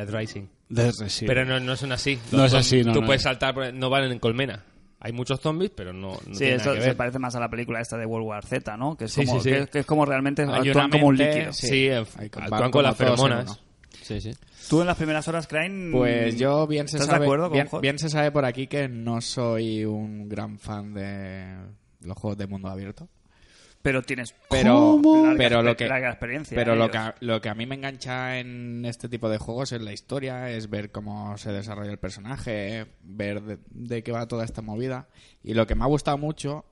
B: el Dead Rising.
D: De Resident.
B: Pero no, no son así.
D: No es así, no,
B: Tú
D: no.
B: puedes saltar, por- no van en colmena. Hay muchos zombies, pero no, no
A: sí,
B: tiene nada
A: eso
B: que
A: se
B: ver.
A: parece más a la película esta de World War Z, ¿no? Que es,
B: Sí,
A: como,
B: sí, sí.
A: Que, que es como realmente
E: Hay
A: actúan
E: una
A: como un
E: mente-
A: líquido.
B: Sí,
E: Sí,
B: eh,
E: hay que
B: actúan
E: van
B: con
E: como
B: las
E: todos en
B: feromonas.
E: uno.
B: Sí, sí.
A: Tú en las primeras horas, Crane...
E: Pues yo bien se
A: ¿Estás de
E: sabe,
A: acuerdo con
E: bien,
A: Jorge?
E: bien se sabe por aquí que no soy un gran fan de los juegos de mundo abierto.
A: Pero tienes...
E: Pero,
A: larga
E: pero lo
A: exper-
E: que
A: larga experiencia. ¿eh?
E: pero
A: en
E: lo
A: ellos.
E: que, a- lo que a mí me engancha en este tipo de juegos es la historia, es ver cómo se desarrolla el personaje, ver de, de qué va toda esta movida. Y lo que me ha gustado mucho,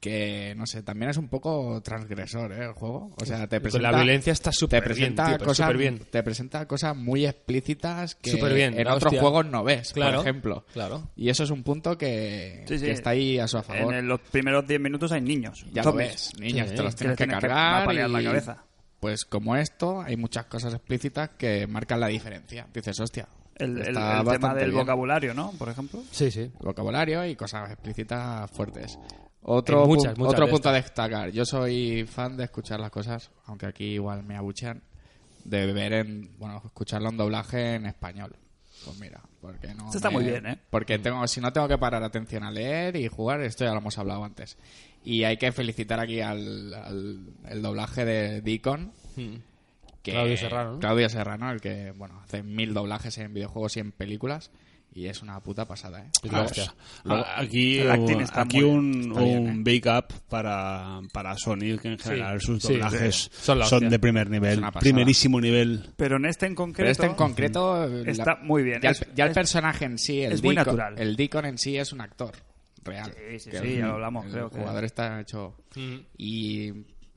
E: que no sé, también es un poco transgresor ¿eh? el juego. O sea, te
B: Con
E: presenta,
B: la violencia está súper
E: te
B: bien.
E: presenta,
B: tío, pero
E: cosas,
B: superbién.
E: te presenta cosas muy explícitas que
B: Superbién,
E: en
B: la
E: otros
B: hostia.
E: juegos no ves,
B: Claro,
E: pues, por ejemplo.
B: claro.
E: Y eso es un punto que,
A: Sí, sí.
E: que está ahí a su favor.
A: En el- los primeros 10 minutos hay niños.
E: Pues, Ya lo
A: zombies.
E: ves, niños,
B: Sí,
E: te los
A: que les
E: tienes que,
A: tienes que
E: cargar.
A: apalear
E: y,
A: la cabeza.
E: Pues como esto, hay muchas cosas explícitas que marcan la diferencia. Dices, hostia.
A: El, el-
E: está
A: el tema
E: bastante
A: del
E: bien.
A: vocabulario, ¿no? Por ejemplo.
B: Sí, sí.
E: Vocabulario y cosas explícitas fuertes. Otro,
B: Hay muchas,
E: pu-
B: muchas
E: otro
B: de
E: punto a destacar. Yo soy fan de escuchar las cosas, aunque aquí igual me abuchean, de ver en, bueno, escucharlo en doblaje en español. Pues mira, porque no.
A: Esto está
E: me-
A: muy bien, ¿eh?
E: Porque tengo, si no tengo que parar atención a leer y jugar, esto ya lo hemos hablado antes. Y hay que felicitar aquí al, al- el doblaje de Deacon. Que,
B: Hmm. Claudio Serrano, ¿no?
E: Claudio Serrano, el que, bueno, hace mil doblajes en videojuegos y en películas. Y es una puta pasada, ¿eh?
B: Es la
D: Ah,
B: hostia.
D: luego, aquí
A: el acting está
D: aquí
A: muy
D: un,
E: está bien,
D: un big up para, para Sony, que en general sus
B: sí,
D: doblajes
B: sí. Son
D: son,
B: la hostia.
D: de primer
E: Es
D: nivel,
E: una pasada.
D: primerísimo nivel.
A: Pero en este en concreto.
E: Pero este en concreto... la-
A: está muy bien.
E: Ya,
A: Es-
E: el, ya el
A: es-
E: personaje en sí, el
A: es muy
E: Deacon-
A: natural.
E: El Deacon en sí es un actor real.
A: Sí, sí,
E: Que
A: sí,
E: el-
A: ya lo hablamos,
E: el
A: creo que-
E: jugador está hecho...
B: Mm.
E: Y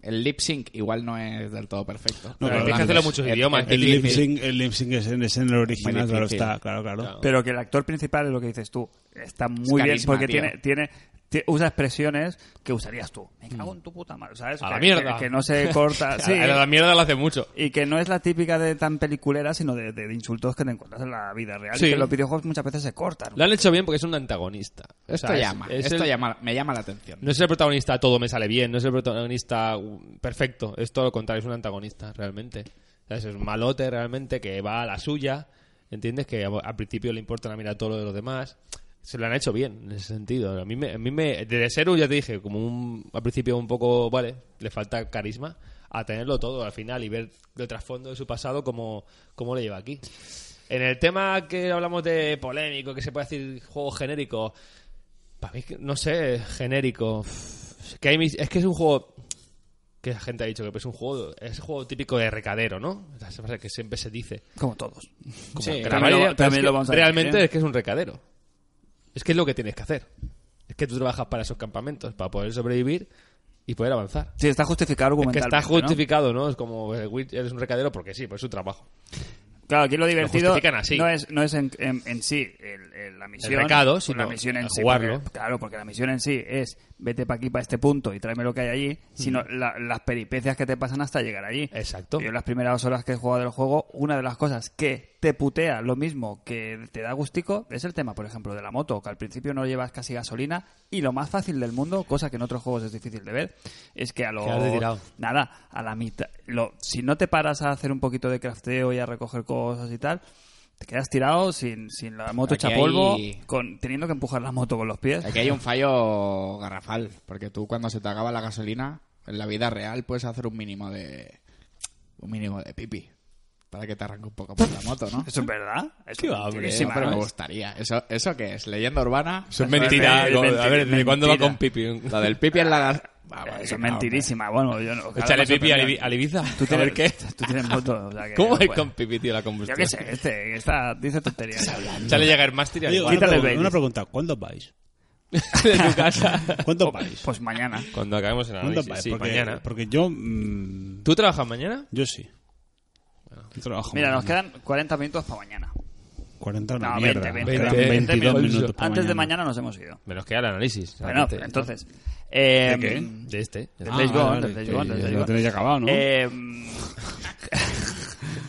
E: el lip sync igual no es del todo perfecto.
D: No, pero
E: El
D: hay que
E: doblaje
D: hacerlo
E: es-
B: muchos
E: es-
B: idiomas,
E: es
B: Sí,
D: El
B: sí,
D: lip
E: difícil.
D: sync, el lip sync es, en- es en el original,
E: Muy
D: claro
E: difícil.
D: está, claro, claro.
A: Pero que el actor principal es lo que dices tú. Está muy bien
E: carisma,
A: porque
E: tío.
A: tiene, tiene, ti- usa expresiones que usarías tú. Me cago en tu puta madre. ¿sabes?
B: A
A: que,
B: la mierda.
A: Que, que no se corta. sí. eh,
B: A la mierda lo hace mucho.
A: Y que no es la típica de tan peliculera, sino de, de- de insultos que te encuentras en la vida real.
B: Sí.
A: Y que los videojuegos muchas veces se cortan.
B: Lo han hecho bien porque es un antagonista. O
E: Esto
B: sea, es-
E: llama,
B: es
E: esto
B: el-
E: llama, me llama la atención.
B: No es el protagonista, todo me sale bien. No es el protagonista uh, perfecto. Es todo lo contrario, es un antagonista, realmente. ¿Sabes? Es un malote, realmente, que va a la suya. ¿Entiendes? Que a- al principio le importa la mira todo lo de los demás. Se lo han hecho bien, en ese sentido. A mí me. A mí me desde Seru, ya te dije, como un, al principio un poco, vale, le falta carisma. A tenerlo todo al final y ver el trasfondo de su pasado, como cómo le lleva aquí. En el tema que hablamos de polémico, que se puede decir juego genérico, para mí, no sé, genérico. Es que, hay mis- es que es un juego que la gente ha dicho que es un juego es un juego típico de recadero, ¿no? Esa frase que siempre se dice.
A: Como todos.
B: Como
E: Sí,
B: que la
A: también lo-
B: mayoría- pero es
A: también
B: que
A: lo vamos a decir,
B: Realmente
A: ¿eh?
B: es que es un recadero. Es que es lo que tienes que hacer. Es que tú trabajas para esos campamentos, para poder sobrevivir y poder avanzar.
A: Sí, está justificado
B: Es que
A: argumentalmente.
B: está
A: ¿no?
B: justificado, ¿no? Es como eh, Witch eres un recadero porque sí, por su trabajo.
A: Claro, aquí lo divertido
B: justifican así.
A: no es, no es en, en- en sí el- el- la misión,
B: El recado,
A: pues la
B: sino
A: misión en
B: a
A: sí,
B: jugarlo.
A: porque- claro, porque la misión en sí es vete para aquí, para este punto y tráeme lo que hay allí, sino la- las peripecias que te pasan hasta llegar allí.
B: Exacto.
A: Yo en las primeras dos horas que he jugado del juego, una de las cosas que te putea lo mismo que te da gustico es el tema, por ejemplo, de la moto, que al principio no llevas casi gasolina y lo más fácil del mundo, cosa que en otros juegos es difícil de ver, es que a los...
B: Quedarte tirado.
A: Nada, a la mitad... Lo, si no te paras a hacer un poquito de crafteo y a recoger cosas y tal, te quedas tirado sin, sin la moto
E: Aquí
A: hecha polvo,
E: hay-
A: con, teniendo que empujar la moto con los pies.
E: Aquí hay un fallo garrafal, porque tú cuando se te acaba la gasolina, en la vida real puedes hacer un mínimo de... Un mínimo de pipi. para que te arranque un poco por la moto, ¿no?
A: ¿Eso es verdad? Es
B: Qué va, hombre,
A: mentirísima,
E: pero me
A: ¿no?
E: gustaría. ¿Eso, ¿Eso qué es? ¿Leyenda urbana?
B: Eso es
A: Eso es
B: mentira.
A: mentira,
B: A ver,
A: mentira.
B: ¿desde cuándo va con Ah, Pipi? ¿eh?
E: La del pipi en la gas... Vamos,
A: Eso es
E: no,
A: mentirísima. Bueno, yo no. claro,
B: Échale
A: me
B: Pipi a Libi-
A: sorprendió.
B: a Ibiza.
A: Tú
B: A
A: tienes,
B: ver qué.
A: Tú tienes moto. O sea que
B: ¿Cómo
A: no
B: hay
A: puede.
B: con Pipi, tío, la
A: Yo
B: combustión?
A: qué sé, este, que está, dice tonterías.
B: Échale Jagger Master y al
D: Oye,
B: igual
D: una,
A: Quítale
D: pregunta,
A: Baileys.
D: una pregunta, ¿cuándo vais?
B: de tu casa.
D: ¿Cuándo vais?
A: Pues mañana.
B: Cuando acabemos el
D: ¿Cuándo
B: análisis.
D: vais?
B: Sí,
D: porque,
B: mañana.
D: porque yo... mm,
B: ¿Tú trabajas mañana?
D: yo sí. Yo trabajo
A: Mira, nos
D: mañana.
A: quedan 40 minutos para mañana.
B: Pues
D: 40 no,
A: No,
D: mierda.
A: 20,
D: 20,
A: 20,
D: 22
A: 20
D: minutos para
A: Antes de mañana nos hemos ido.
B: Me nos queda el análisis.
A: Bueno,
B: Adelante.
A: entonces. Eh,
B: De este.
A: Del
D: Ah,
A: Days Gone, del
D: vale, vale,
A: Days
D: que
A: Gone, del
D: ya
A: Days
D: lo
A: Gone.
D: tenéis acabado, ¿no?
A: Eh,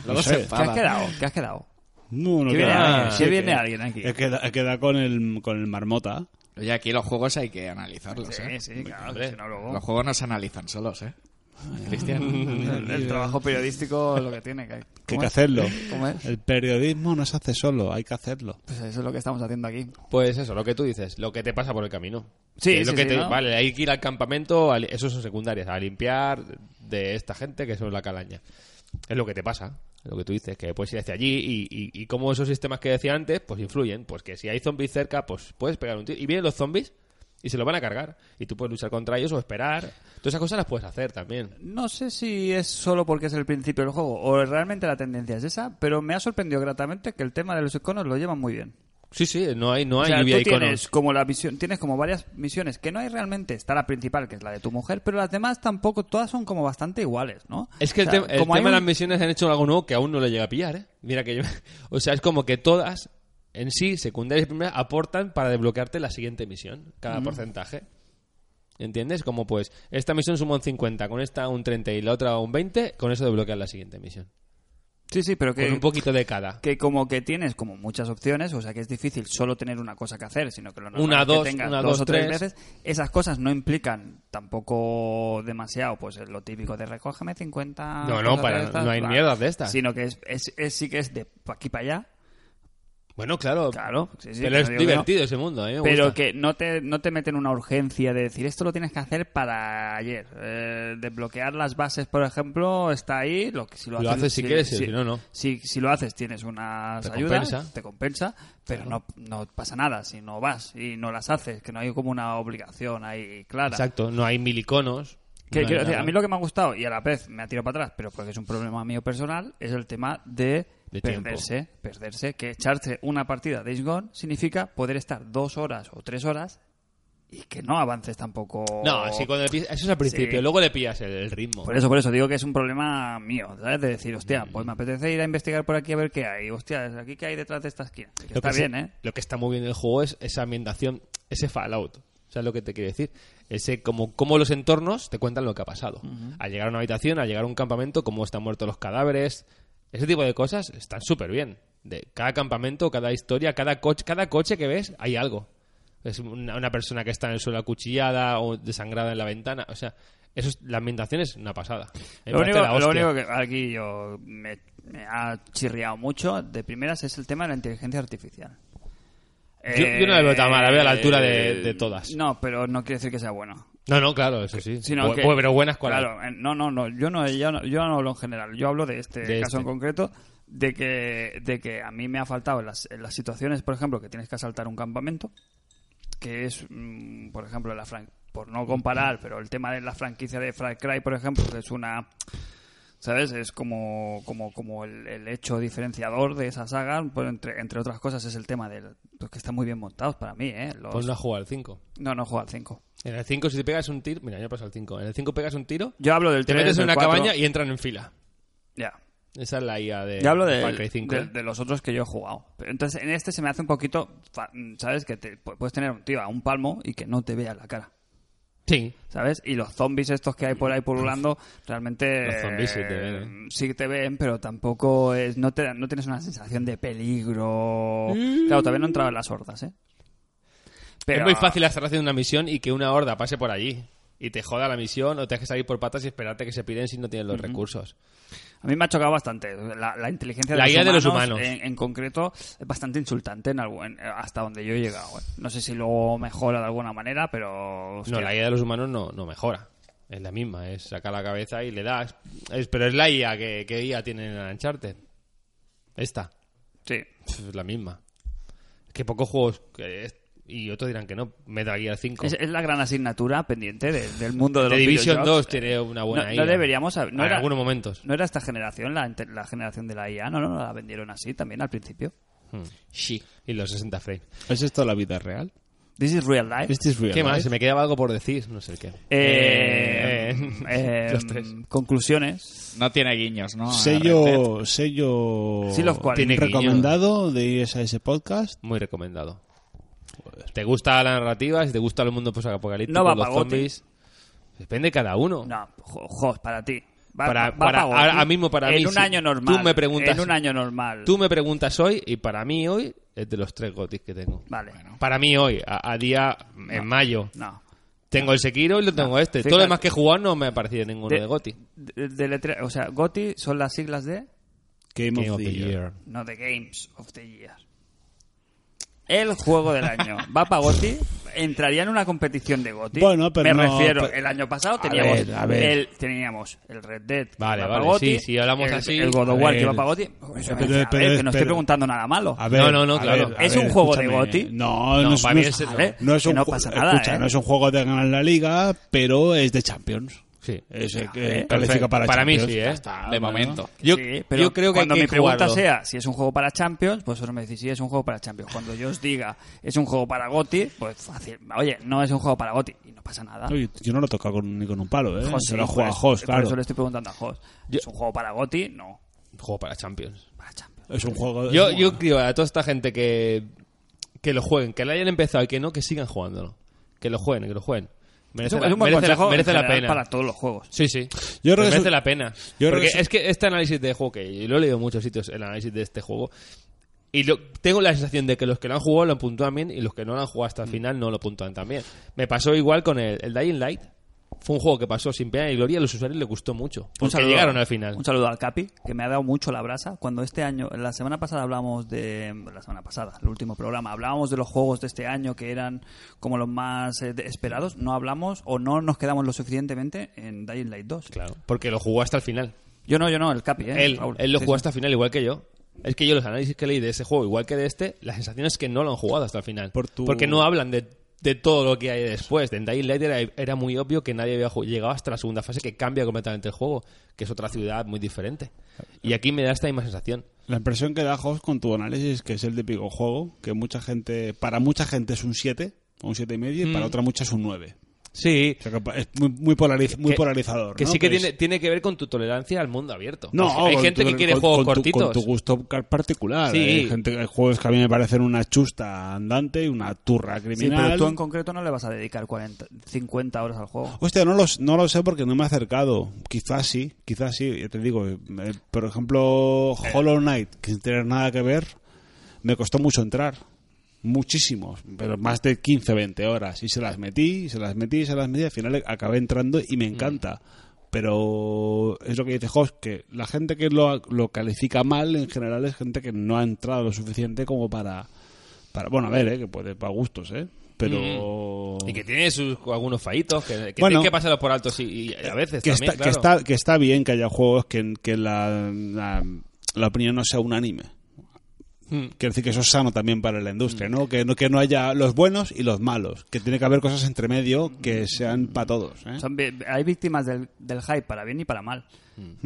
E: Luego se
D: No sé.
A: ¿Qué has
E: enfada.
A: quedado? ¿Qué has quedado?
D: no, no
A: Que viene,
D: queda.
A: alguien,
B: sí
A: que
B: que-
A: viene alguien aquí.
D: He queda- he quedado con el, con el marmota.
E: Oye, aquí los juegos hay que analizarlos, ¿eh?
A: Sí, sí, claro,
B: Hombre.
A: si no luego.
E: Los juegos no se analizan solos, ¿eh? Cristian.
A: El, el trabajo periodístico es lo que tiene. Que,
D: Que hay
A: ¿cómo
D: que
A: es?
D: hacerlo.
A: ¿Cómo es?
D: El periodismo no se hace solo, hay que hacerlo.
A: Pues eso es lo que estamos haciendo aquí.
B: Pues eso, lo que tú dices, lo que te pasa por el camino.
A: Sí,
B: Eh, lo
A: sí,
B: que
A: sí,
B: te-
A: ¿no?
B: Vale, hay que ir al campamento, a li- eso son secundarias, a limpiar de esta gente que son la calaña. Es lo que te pasa, es lo que tú dices, que puedes ir hacia allí y, y, y como esos sistemas que decía antes, pues influyen. Pues que si hay zombies cerca, pues puedes pegar un tiro. Y vienen los zombies y se los van a cargar. Y tú puedes luchar contra ellos o esperar. Todas esas cosas las puedes hacer también.
A: No sé si es solo porque es el principio del juego o realmente la tendencia es esa, pero me ha sorprendido gratamente que el tema de los iconos lo llevan muy bien.
B: Sí, sí, no hay, no
A: O
B: hay
A: sea, tú
B: lluvia de iconos.
A: tienes como la misión, tienes como varias misiones que no hay realmente. Está la principal, que es la de tu mujer, pero las demás tampoco, todas son como bastante iguales, ¿no?
B: Es que
A: O sea,
B: el, tem- el
A: como
B: tema
A: hay
B: de
A: un-
B: las misiones han hecho algo nuevo que aún no le llega a pillar, ¿eh? Mira que yo... O sea, es como que todas, en sí, secundarias y primarias, aportan para desbloquearte la siguiente misión, cada porcentaje. ¿Entiendes? Como pues, esta misión suma un 50, con esta un 30 y la otra un 20, con eso desbloqueas la siguiente misión.
A: Sí, sí, pero que,
B: Con un poquito de cada.
A: que como que tienes como muchas opciones, o sea que es difícil solo tener una cosa que hacer, sino que lo normal
B: Una,
A: es que
B: dos,
A: tengas
B: una,
A: dos,
B: dos,
A: o tres
B: tres.
A: veces. Esas cosas no implican tampoco demasiado, pues lo típico de recógeme 50...
B: No, no,
A: cosas
B: para-
A: de estas,
B: no hay
A: va.
B: mierdas de estas.
A: Sino que es, es- es- sí que es de pa' aquí para allá,
B: Bueno, claro.
A: claro. sí, sí,
B: pero
A: que no
B: es
A: digo que no.
B: divertido ese mundo, a mí me
A: Pero
B: gusta.
A: que no te, no te meten una urgencia de decir esto lo tienes que hacer para ayer. Eh, desbloquear las bases, por ejemplo, está ahí. Lo, que- si lo,
B: Lo haces si quieres y si no, no.
A: Si, si lo haces tienes unas
B: Te
A: ayudas,
B: compensa.
A: te compensa, pero no, no pasa nada si no vas y no las haces, que no hay como una obligación ahí clara.
B: Exacto, no hay mil iconos.
A: Que
B: no hay
A: quiero decir,
B: nada.
A: a mí lo que me ha gustado y a la vez me ha tirado para atrás, pero porque es un problema mío personal, es el tema de,
B: De tiempo.
A: perderse. Perderse, que echarse una partida de Days Gone significa poder estar dos horas o tres horas y que no avances tampoco.
B: No, sí, cuando le pillas- eso es al principio,
A: Sí.
B: luego le pillas el, el ritmo.
A: Por eso, por eso digo que es un problema mío, ¿sabes? De decir, hostia,
B: Mm.
A: pues me apetece ir a investigar por aquí a ver qué hay. Hostia, ¿es aquí qué hay detrás de esta esquina. Que
B: Lo
A: está
B: que
A: bien,
B: se-
A: ¿eh?
B: Lo que está muy bien del juego es esa ambientación, ese Fallout. ¿Sabes lo que te quiero decir? Ese como, como los entornos te cuentan lo que ha pasado. Al llegar a una habitación, al llegar a un campamento, cómo están muertos los cadáveres. Ese tipo de cosas están súper bien. De cada campamento, cada historia, cada coche, cada coche que ves, hay algo. Es una, una persona que está en el suelo acuchillada o desangrada en la ventana. O sea, eso es- la ambientación es una pasada. Me
A: Lo
B: parece
A: único,
B: la
A: lo
B: hostia.
A: único que aquí yo me, me ha chirriado mucho de primeras es el tema de la inteligencia artificial.
B: Yo- yo no la veo tan mal, la veo a la altura de- de todas.
A: Eh, No, pero no quiere decir que sea bueno.
B: No, no, claro, eso sí.
A: Sino
B: Bu-
A: que-
B: bu- pero buenas cuáles.
A: Claro, eh, no, no, no. Yo no, yo no, yo no hablo en general. Yo hablo de este
B: De
A: caso
B: este.
A: en concreto, de que, de que a mí me ha faltado en las, en las situaciones, por ejemplo, que tienes que asaltar un campamento, que es, mm, por ejemplo, la fran- por no comparar, pero el tema de la franquicia de Far Cry, por ejemplo, que es una... ¿Sabes? Es como, como, como el, el hecho diferenciador de esa saga. pues, entre, entre otras cosas, es el tema del. Pues que están muy bien montados para mí, ¿eh? Los-
B: Pues no jugar al 5.
A: no, no juega al 5.
B: En el 5, si te pegas un tiro. Mira, ya pasa el 5. En el 5 pegas un tiro,
A: Yo hablo del
B: te
A: tema
B: metes en
A: del
B: una
A: 4.
B: cabaña y entran en fila.
A: Ya.
B: Esa es la IA eh, de.
A: Yo hablo de,
B: Far Cry ¿eh? 5.
A: de- de los otros que yo he jugado. Pero entonces, en este se me hace un poquito, fa- ¿sabes? Que te, pu- puedes tener un tío a un palmo y que no te vea la cara,
B: Sí.
A: ¿sabes? Y los zombies estos que hay por ahí pululando, realmente...
B: Los zombies sí te
A: eh,
B: ven,
A: sí que te ven, pero tampoco es... No, te, no tienes una sensación de peligro... Claro, todavía no he entrado en las hordas, ¿eh?
B: Es muy fácil estar haciendo una misión y que una horda pase por allí. Y te joda la misión o te que salir por patas y esperarte que se piren si no tienes los recursos.
A: A mí me ha chocado bastante la, la inteligencia de,
B: La
A: los,
B: guía
A: humanos,
B: de los humanos.
A: En, en concreto es bastante insultante en algún- en- hasta donde yo he llegado. ¿eh? No sé si luego mejora de alguna manera, pero hostia,
B: No, la IA de los humanos no, no mejora. Es la misma, es sacar la cabeza y le das. Es- pero es la IA que, que IA tiene en Uncharted. Esta.
A: Sí.
B: Pf, la misma. Que pocos juegos. que es- y otros dirán que no. Metal Gear 5.
A: Es, es la gran asignatura pendiente de- del mundo de
B: The
A: los eh,
B: Division
A: videojuegos.
B: 2 tiene una buena
A: no,
B: IA.
A: no deberíamos hab- no
B: en
A: era-
B: algunos momentos.
A: No era esta generación, la, ante- la generación de la IA, no, no, la vendieron así también al principio.
E: Sí.
B: Hmm. Y los 60 frames.
D: ¿Es esto la vida real?
A: This is real life.
D: ¿Este es real?
B: ¿Qué más?
D: life?
B: Se me quedaba algo por decir. No sé qué.
A: Eh, eh,
B: los tres.
A: Conclusiones.
E: No tiene guiños,
A: Ah,
E: ¿no? A Red Dead.
D: Sello, sello
A: Seal of Quality.
B: Tiene guiño.
D: recomendado de irse a ese podcast.
B: Muy recomendado. ¿Te gusta la narrativa? Si te gusta el mundo posapocalíptico,
A: No va
B: los
A: pa' gote.
B: zombies. Depende de cada uno.
A: No, jo- jo, para ti. Va-
B: Para-
A: va
B: para-
A: vos.
B: ahora mismo para
A: en
B: mí,
A: un
B: sí.
A: año normal.
B: Tú me preguntas-
A: En un año normal.
B: Tú me preguntas hoy, y para mí hoy es de los tres gotis que tengo.
A: Vale.
B: Para mí hoy, a, a día en mayo.
A: No.
B: Tengo el Sekiro y lo tengo este. Todo
A: Fíjate.
B: lo demás que he jugado no me ha parecido ninguno de,
A: De-
B: Goti.
A: de- de letra- o sea, GOTI son las siglas de...
D: Game, of the Year.
A: No, The Games of the Year. El juego del año. Va para Goti. Entraría en una competición de Goti.
D: Bueno, pero
A: Me
D: no,
A: refiero,
D: pero-
A: el año pasado
D: A
A: teníamos,
D: ver, a ver.
A: El, teníamos el Red Dead. que
B: Vale,
A: va pa'
B: vale,
A: GOTY,
B: sí, sí, hablamos
A: el-
B: así.
A: El God
D: A
A: of War
D: ver.
A: que va para Goti. Pues, a ver,
D: Pero-
A: a
D: pero-
A: ver, que no estoy
D: pero-
A: preguntando nada malo.
D: A ver,
B: No, no, no,
D: a
B: claro.
D: ver, a
A: ¿Es
D: ver,
A: un juego de
D: escúchame.
A: GOTI?
D: No, no,
B: No,
D: es,
B: para
D: no
B: mí
D: es-
B: es- ¿eh?
A: Vale,
D: no es
A: que
D: un
A: no
D: ju-
A: pasa nada,
D: escucha,
A: ¿eh?
D: no es un juego de ganar la liga, pero es de Champions.
B: Sí.
D: Es, eh, que
A: Perfecto.
D: califica para,
B: Para mí
D: Champions.
B: sí, ¿eh?
E: De
D: bueno.
E: momento.
B: Yo,
A: Sí, pero
B: yo creo que
A: cuando
B: hay que
A: mi pregunta
B: jugarlo.
A: sea si es un juego para Champions, pues vosotros me decís si es un juego para Champions. Cuando yo os diga es un juego para Goti, pues fácil. Oye, no es un juego para Goti y no pasa nada.
D: Oye, yo no lo he tocado con, ni con un palo, ¿eh?
A: José,
D: Se lo ha
A: por
D: jugado a
A: eso-
D: Jos,
A: pues, Por
D: claro.
A: eso le estoy preguntando a Jos. ¿Es un juego para Goti? No,
B: Juego para Champions.
A: para Champions.
D: Es un juego... es
B: Yo,
D: un-
B: yo creo a toda esta gente que, que lo jueguen, que lo hayan empezado y que no, que sigan jugándolo. Que lo jueguen, que lo jueguen.
A: Es
B: Merece,
A: un,
B: la,
A: es un buen
B: merece la-
A: consejo en
B: merece la
A: general
B: pena.
A: para todos los juegos.
B: Sí, sí.
D: Yo creo que
B: merece
D: es un-
B: la pena.
D: yo creo
B: Porque
D: que
B: es...
D: es un-
B: que este análisis de juego, que yo lo he leído en muchos sitios, el análisis de este juego, y lo- tengo la sensación de que los que lo han jugado lo puntúan bien y los que no lo han jugado
D: Mm.
B: hasta el final no lo puntúan tan bien. Me pasó igual con el, el Dying Light. Fue un juego que pasó sin pena ni gloria y a los usuarios les gustó mucho. Porque llegaron al final.
A: Un saludo al Capi, que me ha dado mucho la brasa. Cuando este año, la semana pasada hablábamos de. La semana pasada, el último programa, hablábamos de los juegos de este año que eran como los más eh, de- esperados. No hablamos o no nos quedamos lo suficientemente en Dying Light 2.
B: Claro, porque lo jugó hasta el final.
A: Yo no, yo no, el Capi, ¿eh?
B: él,
A: Raúl.
B: él lo
A: Sí,
B: jugó
A: sí.
B: hasta el final igual que yo. Es que yo los análisis que leí de ese juego, igual que de este, la sensación es que no lo han jugado hasta el final.
D: Por tu-
B: Porque no hablan de, de todo lo que hay después. En Dying Light era, era muy obvio que nadie había ju- llegado hasta la segunda fase, que cambia completamente el juego, que es otra ciudad muy diferente. Y aquí me da esta misma sensación.
D: La impresión que da Jos con tu análisis es que es el típico juego que mucha gente... Para mucha gente es un 7 o un 7,5 y medio
B: Mm.
D: y para otra mucha es un 9.
B: Sí,
D: O sea, que pa- es muy, muy, polariz- muy
B: Que-
D: polarizador.
B: que
D: ¿no?
B: sí que
D: Pero es-
B: tiene, tiene que ver con tu tolerancia al mundo abierto.
D: No,
B: hay
D: con
B: gente
D: tu-
B: que quiere
D: con-
B: juegos
D: con tu-
B: cortitos.
D: con tu gusto car- particular. ¿eh?
B: Sí.
D: Hay gente hay juegos que a mí me parecen una chusta andante y una turra
A: Sí,
D: criminal.
A: pero tú en concreto no le vas a dedicar 40, 50 horas al juego.
D: Hostia, no lo, s- no lo sé porque no me he acercado. Quizás sí, quizás sí. Ya te digo, eh, eh, por ejemplo,
B: Eh.
D: Hollow Knight, que sin tener nada que ver, me costó mucho entrar. Muchísimos, pero más de 15, 20 horas. Y se las metí, y se las metí, y se las metí. Al final eh, acabé entrando y
B: Mm.
D: me encanta. Pero es lo que dice Jos, que la gente que lo, lo califica mal en general es gente que no ha entrado lo suficiente como para. para bueno, a ver, eh, que puede para gustos, ¿eh? Pero.
B: Mm. Y que tiene sus algunos fallitos, que, que
D: Bueno.
B: tiene que pasarlos por altos y, y a veces
D: que,
B: también,
D: está, que,
B: claro.
D: está, que está bien que haya juegos que, que la, la, la opinión no sea unánime.
A: Hmm.
B: Mm.
D: Quiero decir que eso es sano también para la industria, ¿no? Que, no que no haya los buenos y los malos. Que tiene que haber cosas entre medio que sean para todos. ¿eh?
A: Son vi- hay víctimas del, del hype para bien y para mal.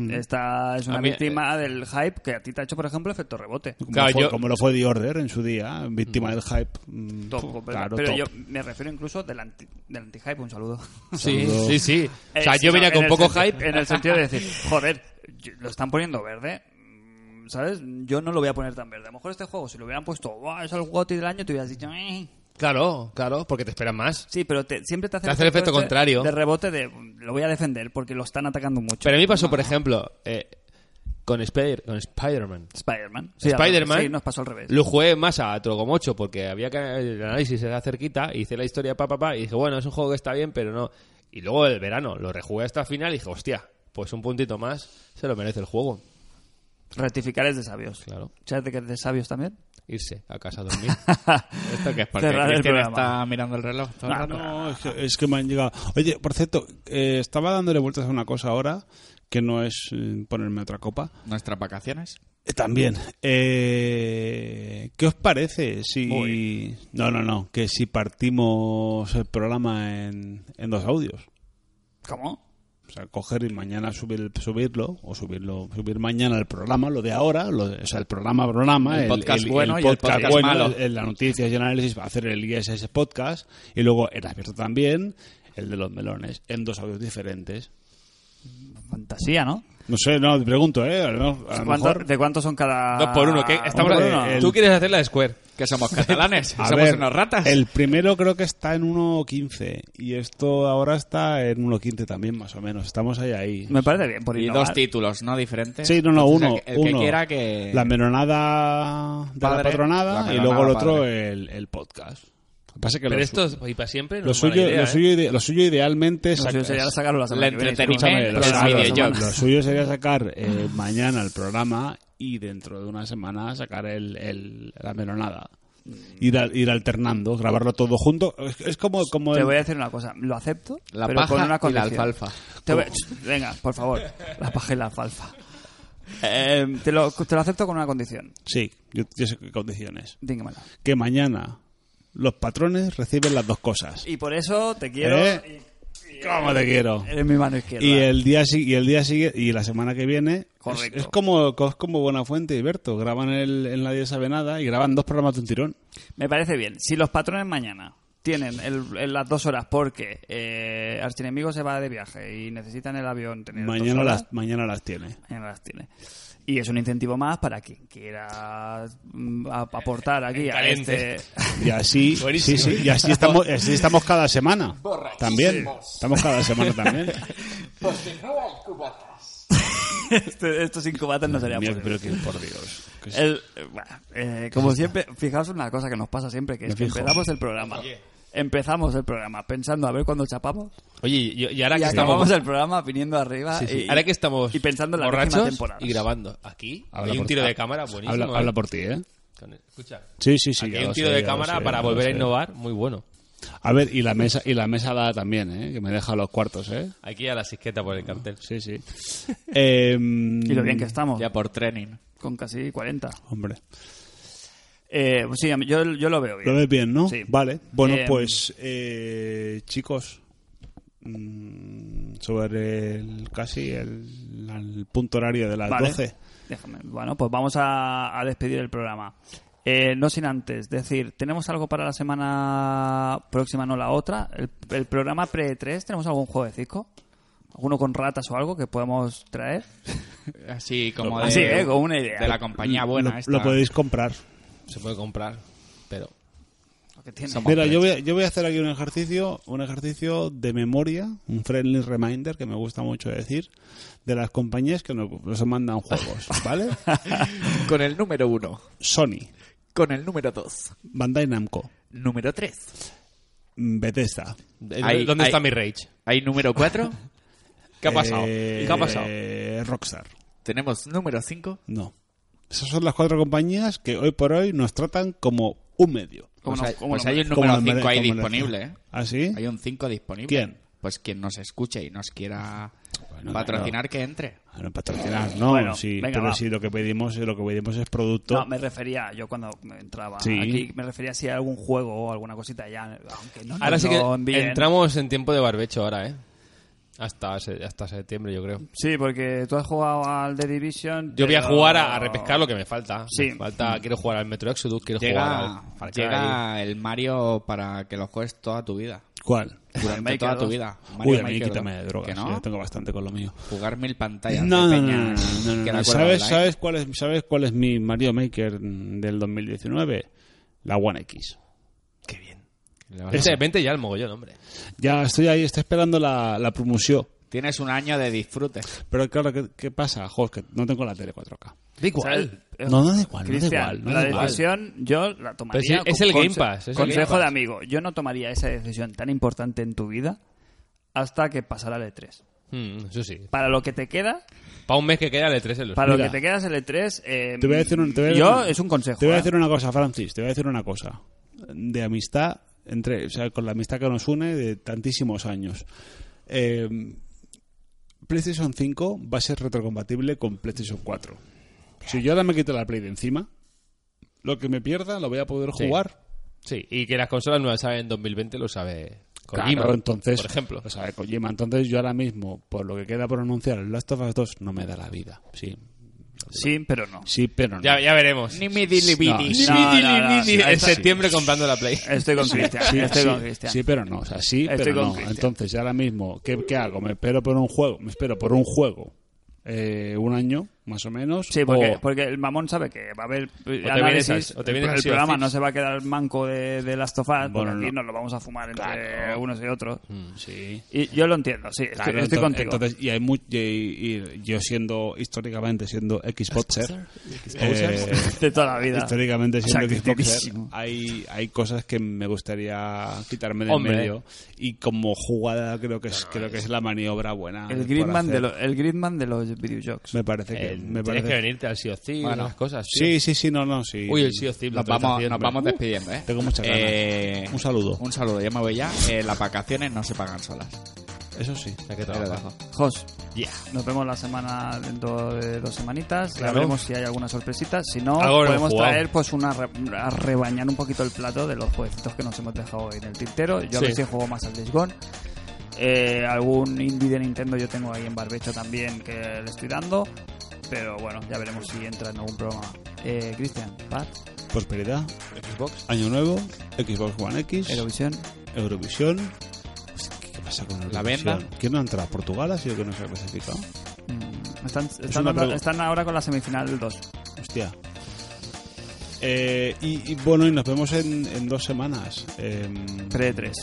A: Esta es una
B: Mm. A mí, eh,
A: víctima del hype que a ti te ha hecho, por ejemplo, efecto rebote.
D: Como,
B: Claro,
D: fue-
B: yo-
D: como lo fue The Order en su día, víctima del hype. mm,
A: Top,
D: pf,
A: Hmm. pero
D: claro,
A: pero
D: top.
A: yo me refiero incluso del anti- del anti-hype, un saludo.
B: Sí,
D: Saludo.
B: sí, sí. O sea,
A: Eh,
B: yo
A: no,
B: venía
A: en
B: con
A: el
B: poco
A: senti-
B: hype.
A: En el sentido de decir, joder, yo- lo están poniendo verde. mm, ¿Sabes? Yo no lo voy a poner tan verde. A lo mejor este juego, si lo hubieran puesto, "Buah, es el GOTY del año, te hubieras dicho, "Eh".
B: Claro, claro, porque te esperan más.
A: Sí, pero te- siempre te hace,
B: Te hace el efecto
A: este
B: contrario.
A: De rebote de, "Mm, lo voy a defender porque lo están atacando mucho.
B: Pero a mí pasó, por ejemplo, eh, con, Spider con Spider-Man.
A: Spider-Man.
B: Spider-Man.
A: Sí, nos pasó al revés.
B: Lo jugué más a Trogomocho porque había que el análisis era cerquita, hice la historia pa, pa, pa, y dije, bueno, es un juego que está bien, pero no. Y luego el verano lo rejugué hasta el final y dije, hostia, pues un puntito más se lo merece el juego.
A: Rectificar es de sabios.
B: Claro.
A: ¿Sabes de qué es de sabios también?
B: Irse a casa a dormir.
A: Ah,
E: ¿Esto qué es? Porque
A: Cerrar el
E: Cristian
A: programa.
E: está mirando el reloj todo el
A: No,
E: rato.
D: Ah, No, es que, es que me han llegado. Oye, por cierto, eh, estaba dándole vueltas a una cosa ahora que no es eh, ponerme otra copa.
E: Nuestras vacaciones.
D: Eh, También. Eh, ¿Qué os parece si...
A: Uy.
D: No, no, no. Que si partimos el programa en, en dos audios.
A: ¿Cómo?
D: O sea, coger y mañana subir, subirlo, o subirlo, subir mañana el programa, lo de ahora, lo de- o sea, el programa, programa,
E: El podcast bueno y el podcast malo.
D: el- el- las noticias y el análisis, hacer el ISS podcast, y luego en abierto también, el de los melones, en dos audios diferentes.
A: Fantasía, ¿no?
D: No sé, no, te pregunto, ¿eh? A lo, a lo
A: ¿Cuánto-
D: mejor...
A: ¿De cuántos son cada...?
B: Dos por uno, que estamos.
A: Uno por
D: eh,
A: uno.
D: el-
B: Tú quieres hacer la de Square.
E: Que somos catalanes,
D: A
E: somos
D: ver,
E: unos ratas.
D: El primero creo que está en 1.15 y esto ahora está en 1.15 también, más o menos. Estamos ahí ahí.
A: Me parece bien, por
E: Y
A: innovar.
E: dos títulos, ¿no? Diferentes.
D: Sí, no, no,
E: Entonces,
D: uno.
E: El, que- el
D: uno.
E: que quiera que.
D: La meronada de la
E: Padre.
D: patronada
E: La
D: y luego el
E: meronada
D: otro,
E: padre.
D: el, el podcast. Lo que pasa es que
B: Pero
D: lo,
B: esto, es- y para siempre, no
D: lo
B: es mala
D: suyo,
B: idea,
D: lo,
B: ¿eh?
D: suyo, ide- lo suyo idealmente es
A: No sé,
D: sacar-
A: sería sacarlo la semana
E: El
A: que viene, escúchame.
E: entretenimiento.
D: Escúchame, lo,
E: Los
D: suyo-
E: videojuegos.
D: lo suyo sería sacar eh, mañana el programa y dentro de una semana sacar el, el- la meronada. Ir, al- ir alternando, grabarlo todo junto. Es, es como, como
A: Te
D: el-
A: voy a decir una cosa. Lo acepto,
E: La
A: pero
E: paja
A: con una
E: y la
A: condición.
E: alfalfa.
A: Te voy- Ch, Venga, por favor. La paja y la alfalfa. Eh, te, lo, te lo acepto con una condición.
D: Sí, yo, yo sé qué condiciones.
A: Dígamela.
D: Que mañana los patrones reciben las dos cosas.
A: Y por eso te quiero...
D: ¿Eh? ¿Cómo te quiero?
A: Eres mi mano izquierda.
D: Y el día si- y el día siguiente y la semana que viene es,
A: Correcto.
D: es como es como Buenafuente y Berto graban el, en Nadie sabe nada y graban dos programas de un tirón.
A: Me parece bien. Si los patrones mañana tienen el- el- las dos horas porque eh, Archienemigo se va de viaje y necesitan el avión tener
D: Mañana
A: dos horas,
D: las mañana las tiene.
A: mañana las tiene. Y es un incentivo más para quien quiera mm, a- aportar aquí a
B: Caliente.
A: este...
D: Y así sí,
B: Buenísimo.
D: sí, y así estamos así estamos cada semana.
E: Borrachísimos.
D: También. Estamos cada semana también.
A: este- estos incubatas no sería
D: Mira,
A: posible.
D: pero que por Dios. que es-
A: El- eh, bueno, eh, como siempre, fijaos una cosa que nos pasa siempre, que es
D: Me
A: que
D: fijo.
A: empezamos el programa. Empezamos el programa pensando a ver cuándo chapamos
B: Oye, y, y ahora
A: y
B: que
A: acabamos
B: estamos.
A: el programa viniendo arriba
B: sí, sí.
A: Y,
B: ahora que estamos
A: y pensando en la próxima
B: borrachos
A: temporada.
B: y grabando aquí
D: habla
B: hay un
D: por-
B: tiro
D: ha-
B: de cámara buenísimo
D: Habla,
B: ¿eh?
D: habla por ti, ¿eh?
B: Con- escucha
D: Sí, sí, sí.
B: aquí
D: ya
B: hay
D: lo
B: un tiro
D: sé,
B: de
D: ya lo
B: cámara
D: sé,
B: para
D: ya lo
B: volver a
D: sé.
B: innovar muy bueno
D: A ver, y la mesa y la mesa dada también, ¿eh? Que me deja los cuartos, ¿eh?
B: aquí a la sisqueta por el cartel
D: Sí, sí. Eh,
A: Y lo bien que estamos,
E: Ya por training.
A: con casi 40.
D: Hombre.
A: Eh, pues sí, a mí- yo, yo lo veo bien.
D: Lo ves bien, ¿no?
A: Sí.
D: Vale. Bueno,
A: Eh,
D: pues, eh, chicos, mm, sobre el, casi el, el punto horario de las
A: Vale.
D: 12.
A: Déjame. Bueno, pues vamos a, a despedir el programa. Eh, no sin antes decir, ¿tenemos algo para la semana próxima, no la otra? ¿El, el programa pre-3? ¿Tenemos algún juego de cisco? ¿Alguno con ratas o algo que podemos traer?
E: Así como de.
A: Así, ¿eh? Con una idea.
E: De la compañía
D: Lo,
E: buena. esta.
D: lo podéis comprar.
B: se puede comprar pero
A: Lo que tiene.
E: Somos-
D: Mira, yo voy, a, yo voy a hacer aquí un ejercicio, un ejercicio de memoria, un friendly reminder que me gusta mucho decir, de las compañías que nos, nos mandan juegos, ¿vale?
E: Con el número uno.
D: Sony,
E: Con el número dos.
D: Bandai Namco,
E: Número tres.
D: Bethesda.
B: Eh,
E: Ahí-
B: ¿dónde
E: ahí-
B: está mi rage?
E: Hay número cuatro.
B: ¿qué ha pasado?
D: eh,
B: ¿qué ha pasado?
D: Rockstar.
E: Tenemos número cinco.
D: No. Esas son las cuatro compañías que hoy por hoy nos tratan como un medio.
A: ¿Cómo
E: Pues,
A: no-
E: hay,
A: cómo
E: pues
A: no-
E: hay un
D: como
E: número
D: la mere-
E: 5 ahí
D: como la-
E: disponible, ¿eh?
D: ¿Ah, sí?
E: Hay un 5 disponible.
D: ¿Quién?
E: Pues quien nos escuche y nos quiera patrocinar que entre.
D: Ah, no, patrocinar, no.
A: Bueno,
D: sí,
A: venga,
D: pero
A: va.
D: sí, lo que pedimos, lo que pedimos es producto.
A: No, me refería, yo cuando me entraba
D: Sí.
A: aquí, me refería si hay algún juego o alguna cosita ya, aunque no
B: ahora
A: nos
B: sí que
A: lo envíen.
B: entramos en tiempo de barbecho ahora ¿eh? hasta, se- hasta septiembre yo creo
A: Sí, porque tú has jugado al The Division.
B: yo voy a
A: pero-
B: jugar a, a repescar lo que me falta.
A: Sí.
B: Me falta, quiero jugar al Metro Exodus, quiero
E: Llega,
B: jugar al Far Cry.
E: llega el Mario para que lo juegues toda tu vida.
D: ¿Cuál?
E: Durante
A: Maker
E: toda tu
A: 2.
E: vida.
D: Uy,
E: Mario
D: a mí
E: Maker
D: quítame
E: 2.
D: de drogas. eh,
E: ¿Que
D: yo
E: no?
D: ya tengo bastante con lo mío.
E: Jugar mil pantallas.
D: No,
E: de
D: no, no,
E: peña
D: no, no, no,
E: que
D: no.
E: la cuelga
D: ¿Sabes,
E: online.
D: sabes, cuál es, ¿Sabes cuál es mi Mario Maker del 2019? La One X.
B: Qué bien.
E: Le vas a-
B: Ese vente Este ya al mogollón, hombre.
D: Ya estoy ahí, estoy esperando la, la promoción.
E: Tienes un año de disfrute.
D: Pero claro, ¿qué, qué pasa? Joder, que no tengo la tele 4K.
B: Da
A: O sea,
B: igual.
A: el-
D: No, no da igual, no da
A: Cristian,
D: igual, no
A: la
D: da igual.
A: decisión yo la tomaría.
B: Pero si es el Game Pass, es el
A: consejo
B: Game Pass.
A: de amigo. Yo no tomaría esa decisión tan importante en tu vida hasta que pasara el E3.
B: Mm, eso sí.
A: Para lo que te queda,
B: Para un mes que queda de tres en los
A: para
D: Mira.
A: lo que te quedas el E3, eh,
D: Te voy a decir un- te voy a-
A: yo es un consejo.
D: Te voy a
A: ¿eh?
D: decir una cosa, Francis, te voy a decir una cosa. De amistad, entre, o sea, con la amistad que nos une de tantísimos años. Eh, PlayStation 5 va a ser retrocompatible con PlayStation 4. Si yo ahora me quito la Play de encima, lo que me pierda lo voy a poder
B: Sí.
D: jugar.
B: Sí, y que las consolas nuevas saben en 2020 lo sabe Kojima,
D: Claro, entonces,
B: por ejemplo.
D: o sea, Kojima, entonces yo ahora mismo, por lo que queda por anunciar, el Last of Us 2 no me da la vida. Sí,
A: Sí, pero no.
D: sí pero no.
B: ya, ya veremos.
E: Ni mi dilibidi.
A: sí.
B: Ni- ni-
A: no, no,
B: ni- ni-
A: no,
B: en
A: eso sí.
B: septiembre comprando la Play.
A: Estoy con Cristian.
D: Sí,
A: estoy
D: sí,
A: con Cristian.
D: sí, pero no, o sea, sí,
A: Estoy
D: pero
A: con
D: no.
A: Cristian.
D: Entonces, ahora mismo, ¿qué, qué hago? ¿Me espero por un juego? ¿Me espero por un juego eh, un año, más o menos?
A: Sí, porque, pues,
D: O-
A: porque el mamón sabe que va a haber eh,
B: viene
A: análisis,
B: esas- o te viene
A: el,
B: el Sea of
A: programa
B: Thieves.
A: no se va a quedar manco de, de Last of Us, porque
D: Bueno,
A: aquí
D: no.
A: nos lo vamos a fumar entre
D: Claro. Mm,
A: unos y otros.
D: Sí.
A: Y yo lo entiendo, sí, estoy,
D: Claro,
A: estoy
D: entonces-
A: contigo.
D: Entonces, y, hay mu- y- y- y yo siendo, históricamente, siendo Xboxer, eh,
A: de toda la vida.
D: históricamente siendo
A: O sea,
D: Xboxer,
A: clarísimo.
D: hay, hay cosas que me gustaría quitarme del
B: Hombre.
D: medio. Y como jugada creo que es, creo que es la maniobra buena.
A: El
D: por
A: Gridman, de
D: hacer.
A: lo- el Gridman de los videojuegos.
D: Me parece que...
B: El-
D: me
B: Eh, tienes
D: parece
B: que venirte al Sea of Thieves,
E: Bueno,
B: las cosas. tío.
D: Sí, sí, sí, no, no, sí.
B: Uy, el Sea of Thieves. lo
E: Nos
B: estás
E: vamos,
B: haciendo.
E: nos vamos despidiendo, ¿eh?
D: Tengo muchas ganas.
E: Eh,
D: Un saludo.
E: Un saludo, ya me voy ya. Eh, las vacaciones no se pagan solas.
D: Eso sí.
B: O sea, que
E: Ahí lo
B: trabaja.
E: dejo.
A: Jos,
B: Yeah.
A: nos vemos la semana dentro de dos semanitas. Ya
B: Claro.
A: veremos si hay alguna sorpresita. Si no,
B: Algo no
A: podemos
B: hemos jugado.
A: traer pues una re- a rebañar un poquito el plato de los jueguecitos que nos hemos dejado en el tintero. Yo a ver
B: Sí.
A: si juego más al Days Gone. Eh, algún indie de Nintendo yo tengo ahí en barbecho también que le estoy dando. Pero bueno, ya veremos si entra en algún programa. Eh, Cristian, Pat,
D: Prosperidad,
B: Xbox.
D: Año Nuevo, Xbox One X,
A: Eurovisión.
D: Eurovisión. Pues, ¿Qué pasa con Eurovisión?
E: La venda.
D: ¿Quién no entra? ¿Portugal ha sido que no se ha clasificado?
A: Mm, Están, están
D: una
A: ahora-
D: pregunta.
A: están ahora con la semifinal 2.
D: Hostia. Eh, y, y bueno, y nos vemos en, en dos semanas. Em,
A: Pre 3.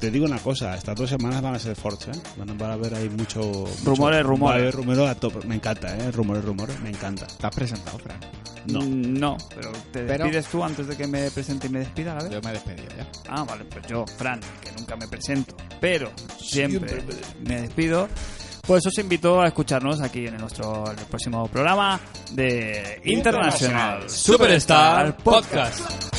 D: Te digo una cosa, estas dos semanas van a ser forts, ¿eh? Van a, van a haber ahí mucho... mucho-
A: Rumores, rumores.
D: va a haber rumores a tope. Me encanta, ¿eh? Rumores, rumores, me encanta.
E: ¿Te has presentado, Fran?
D: No.
A: Mm, No, pero te
E: Pero-
A: despides tú antes de que me presente y me despida, a ver.
E: Yo me he despedido ya.
A: Ah, vale, pues yo, Fran, que nunca me presento, pero siempre, me despido. Pues os invito a escucharnos aquí en nuestro en el próximo programa de International
B: Superstar Podcast.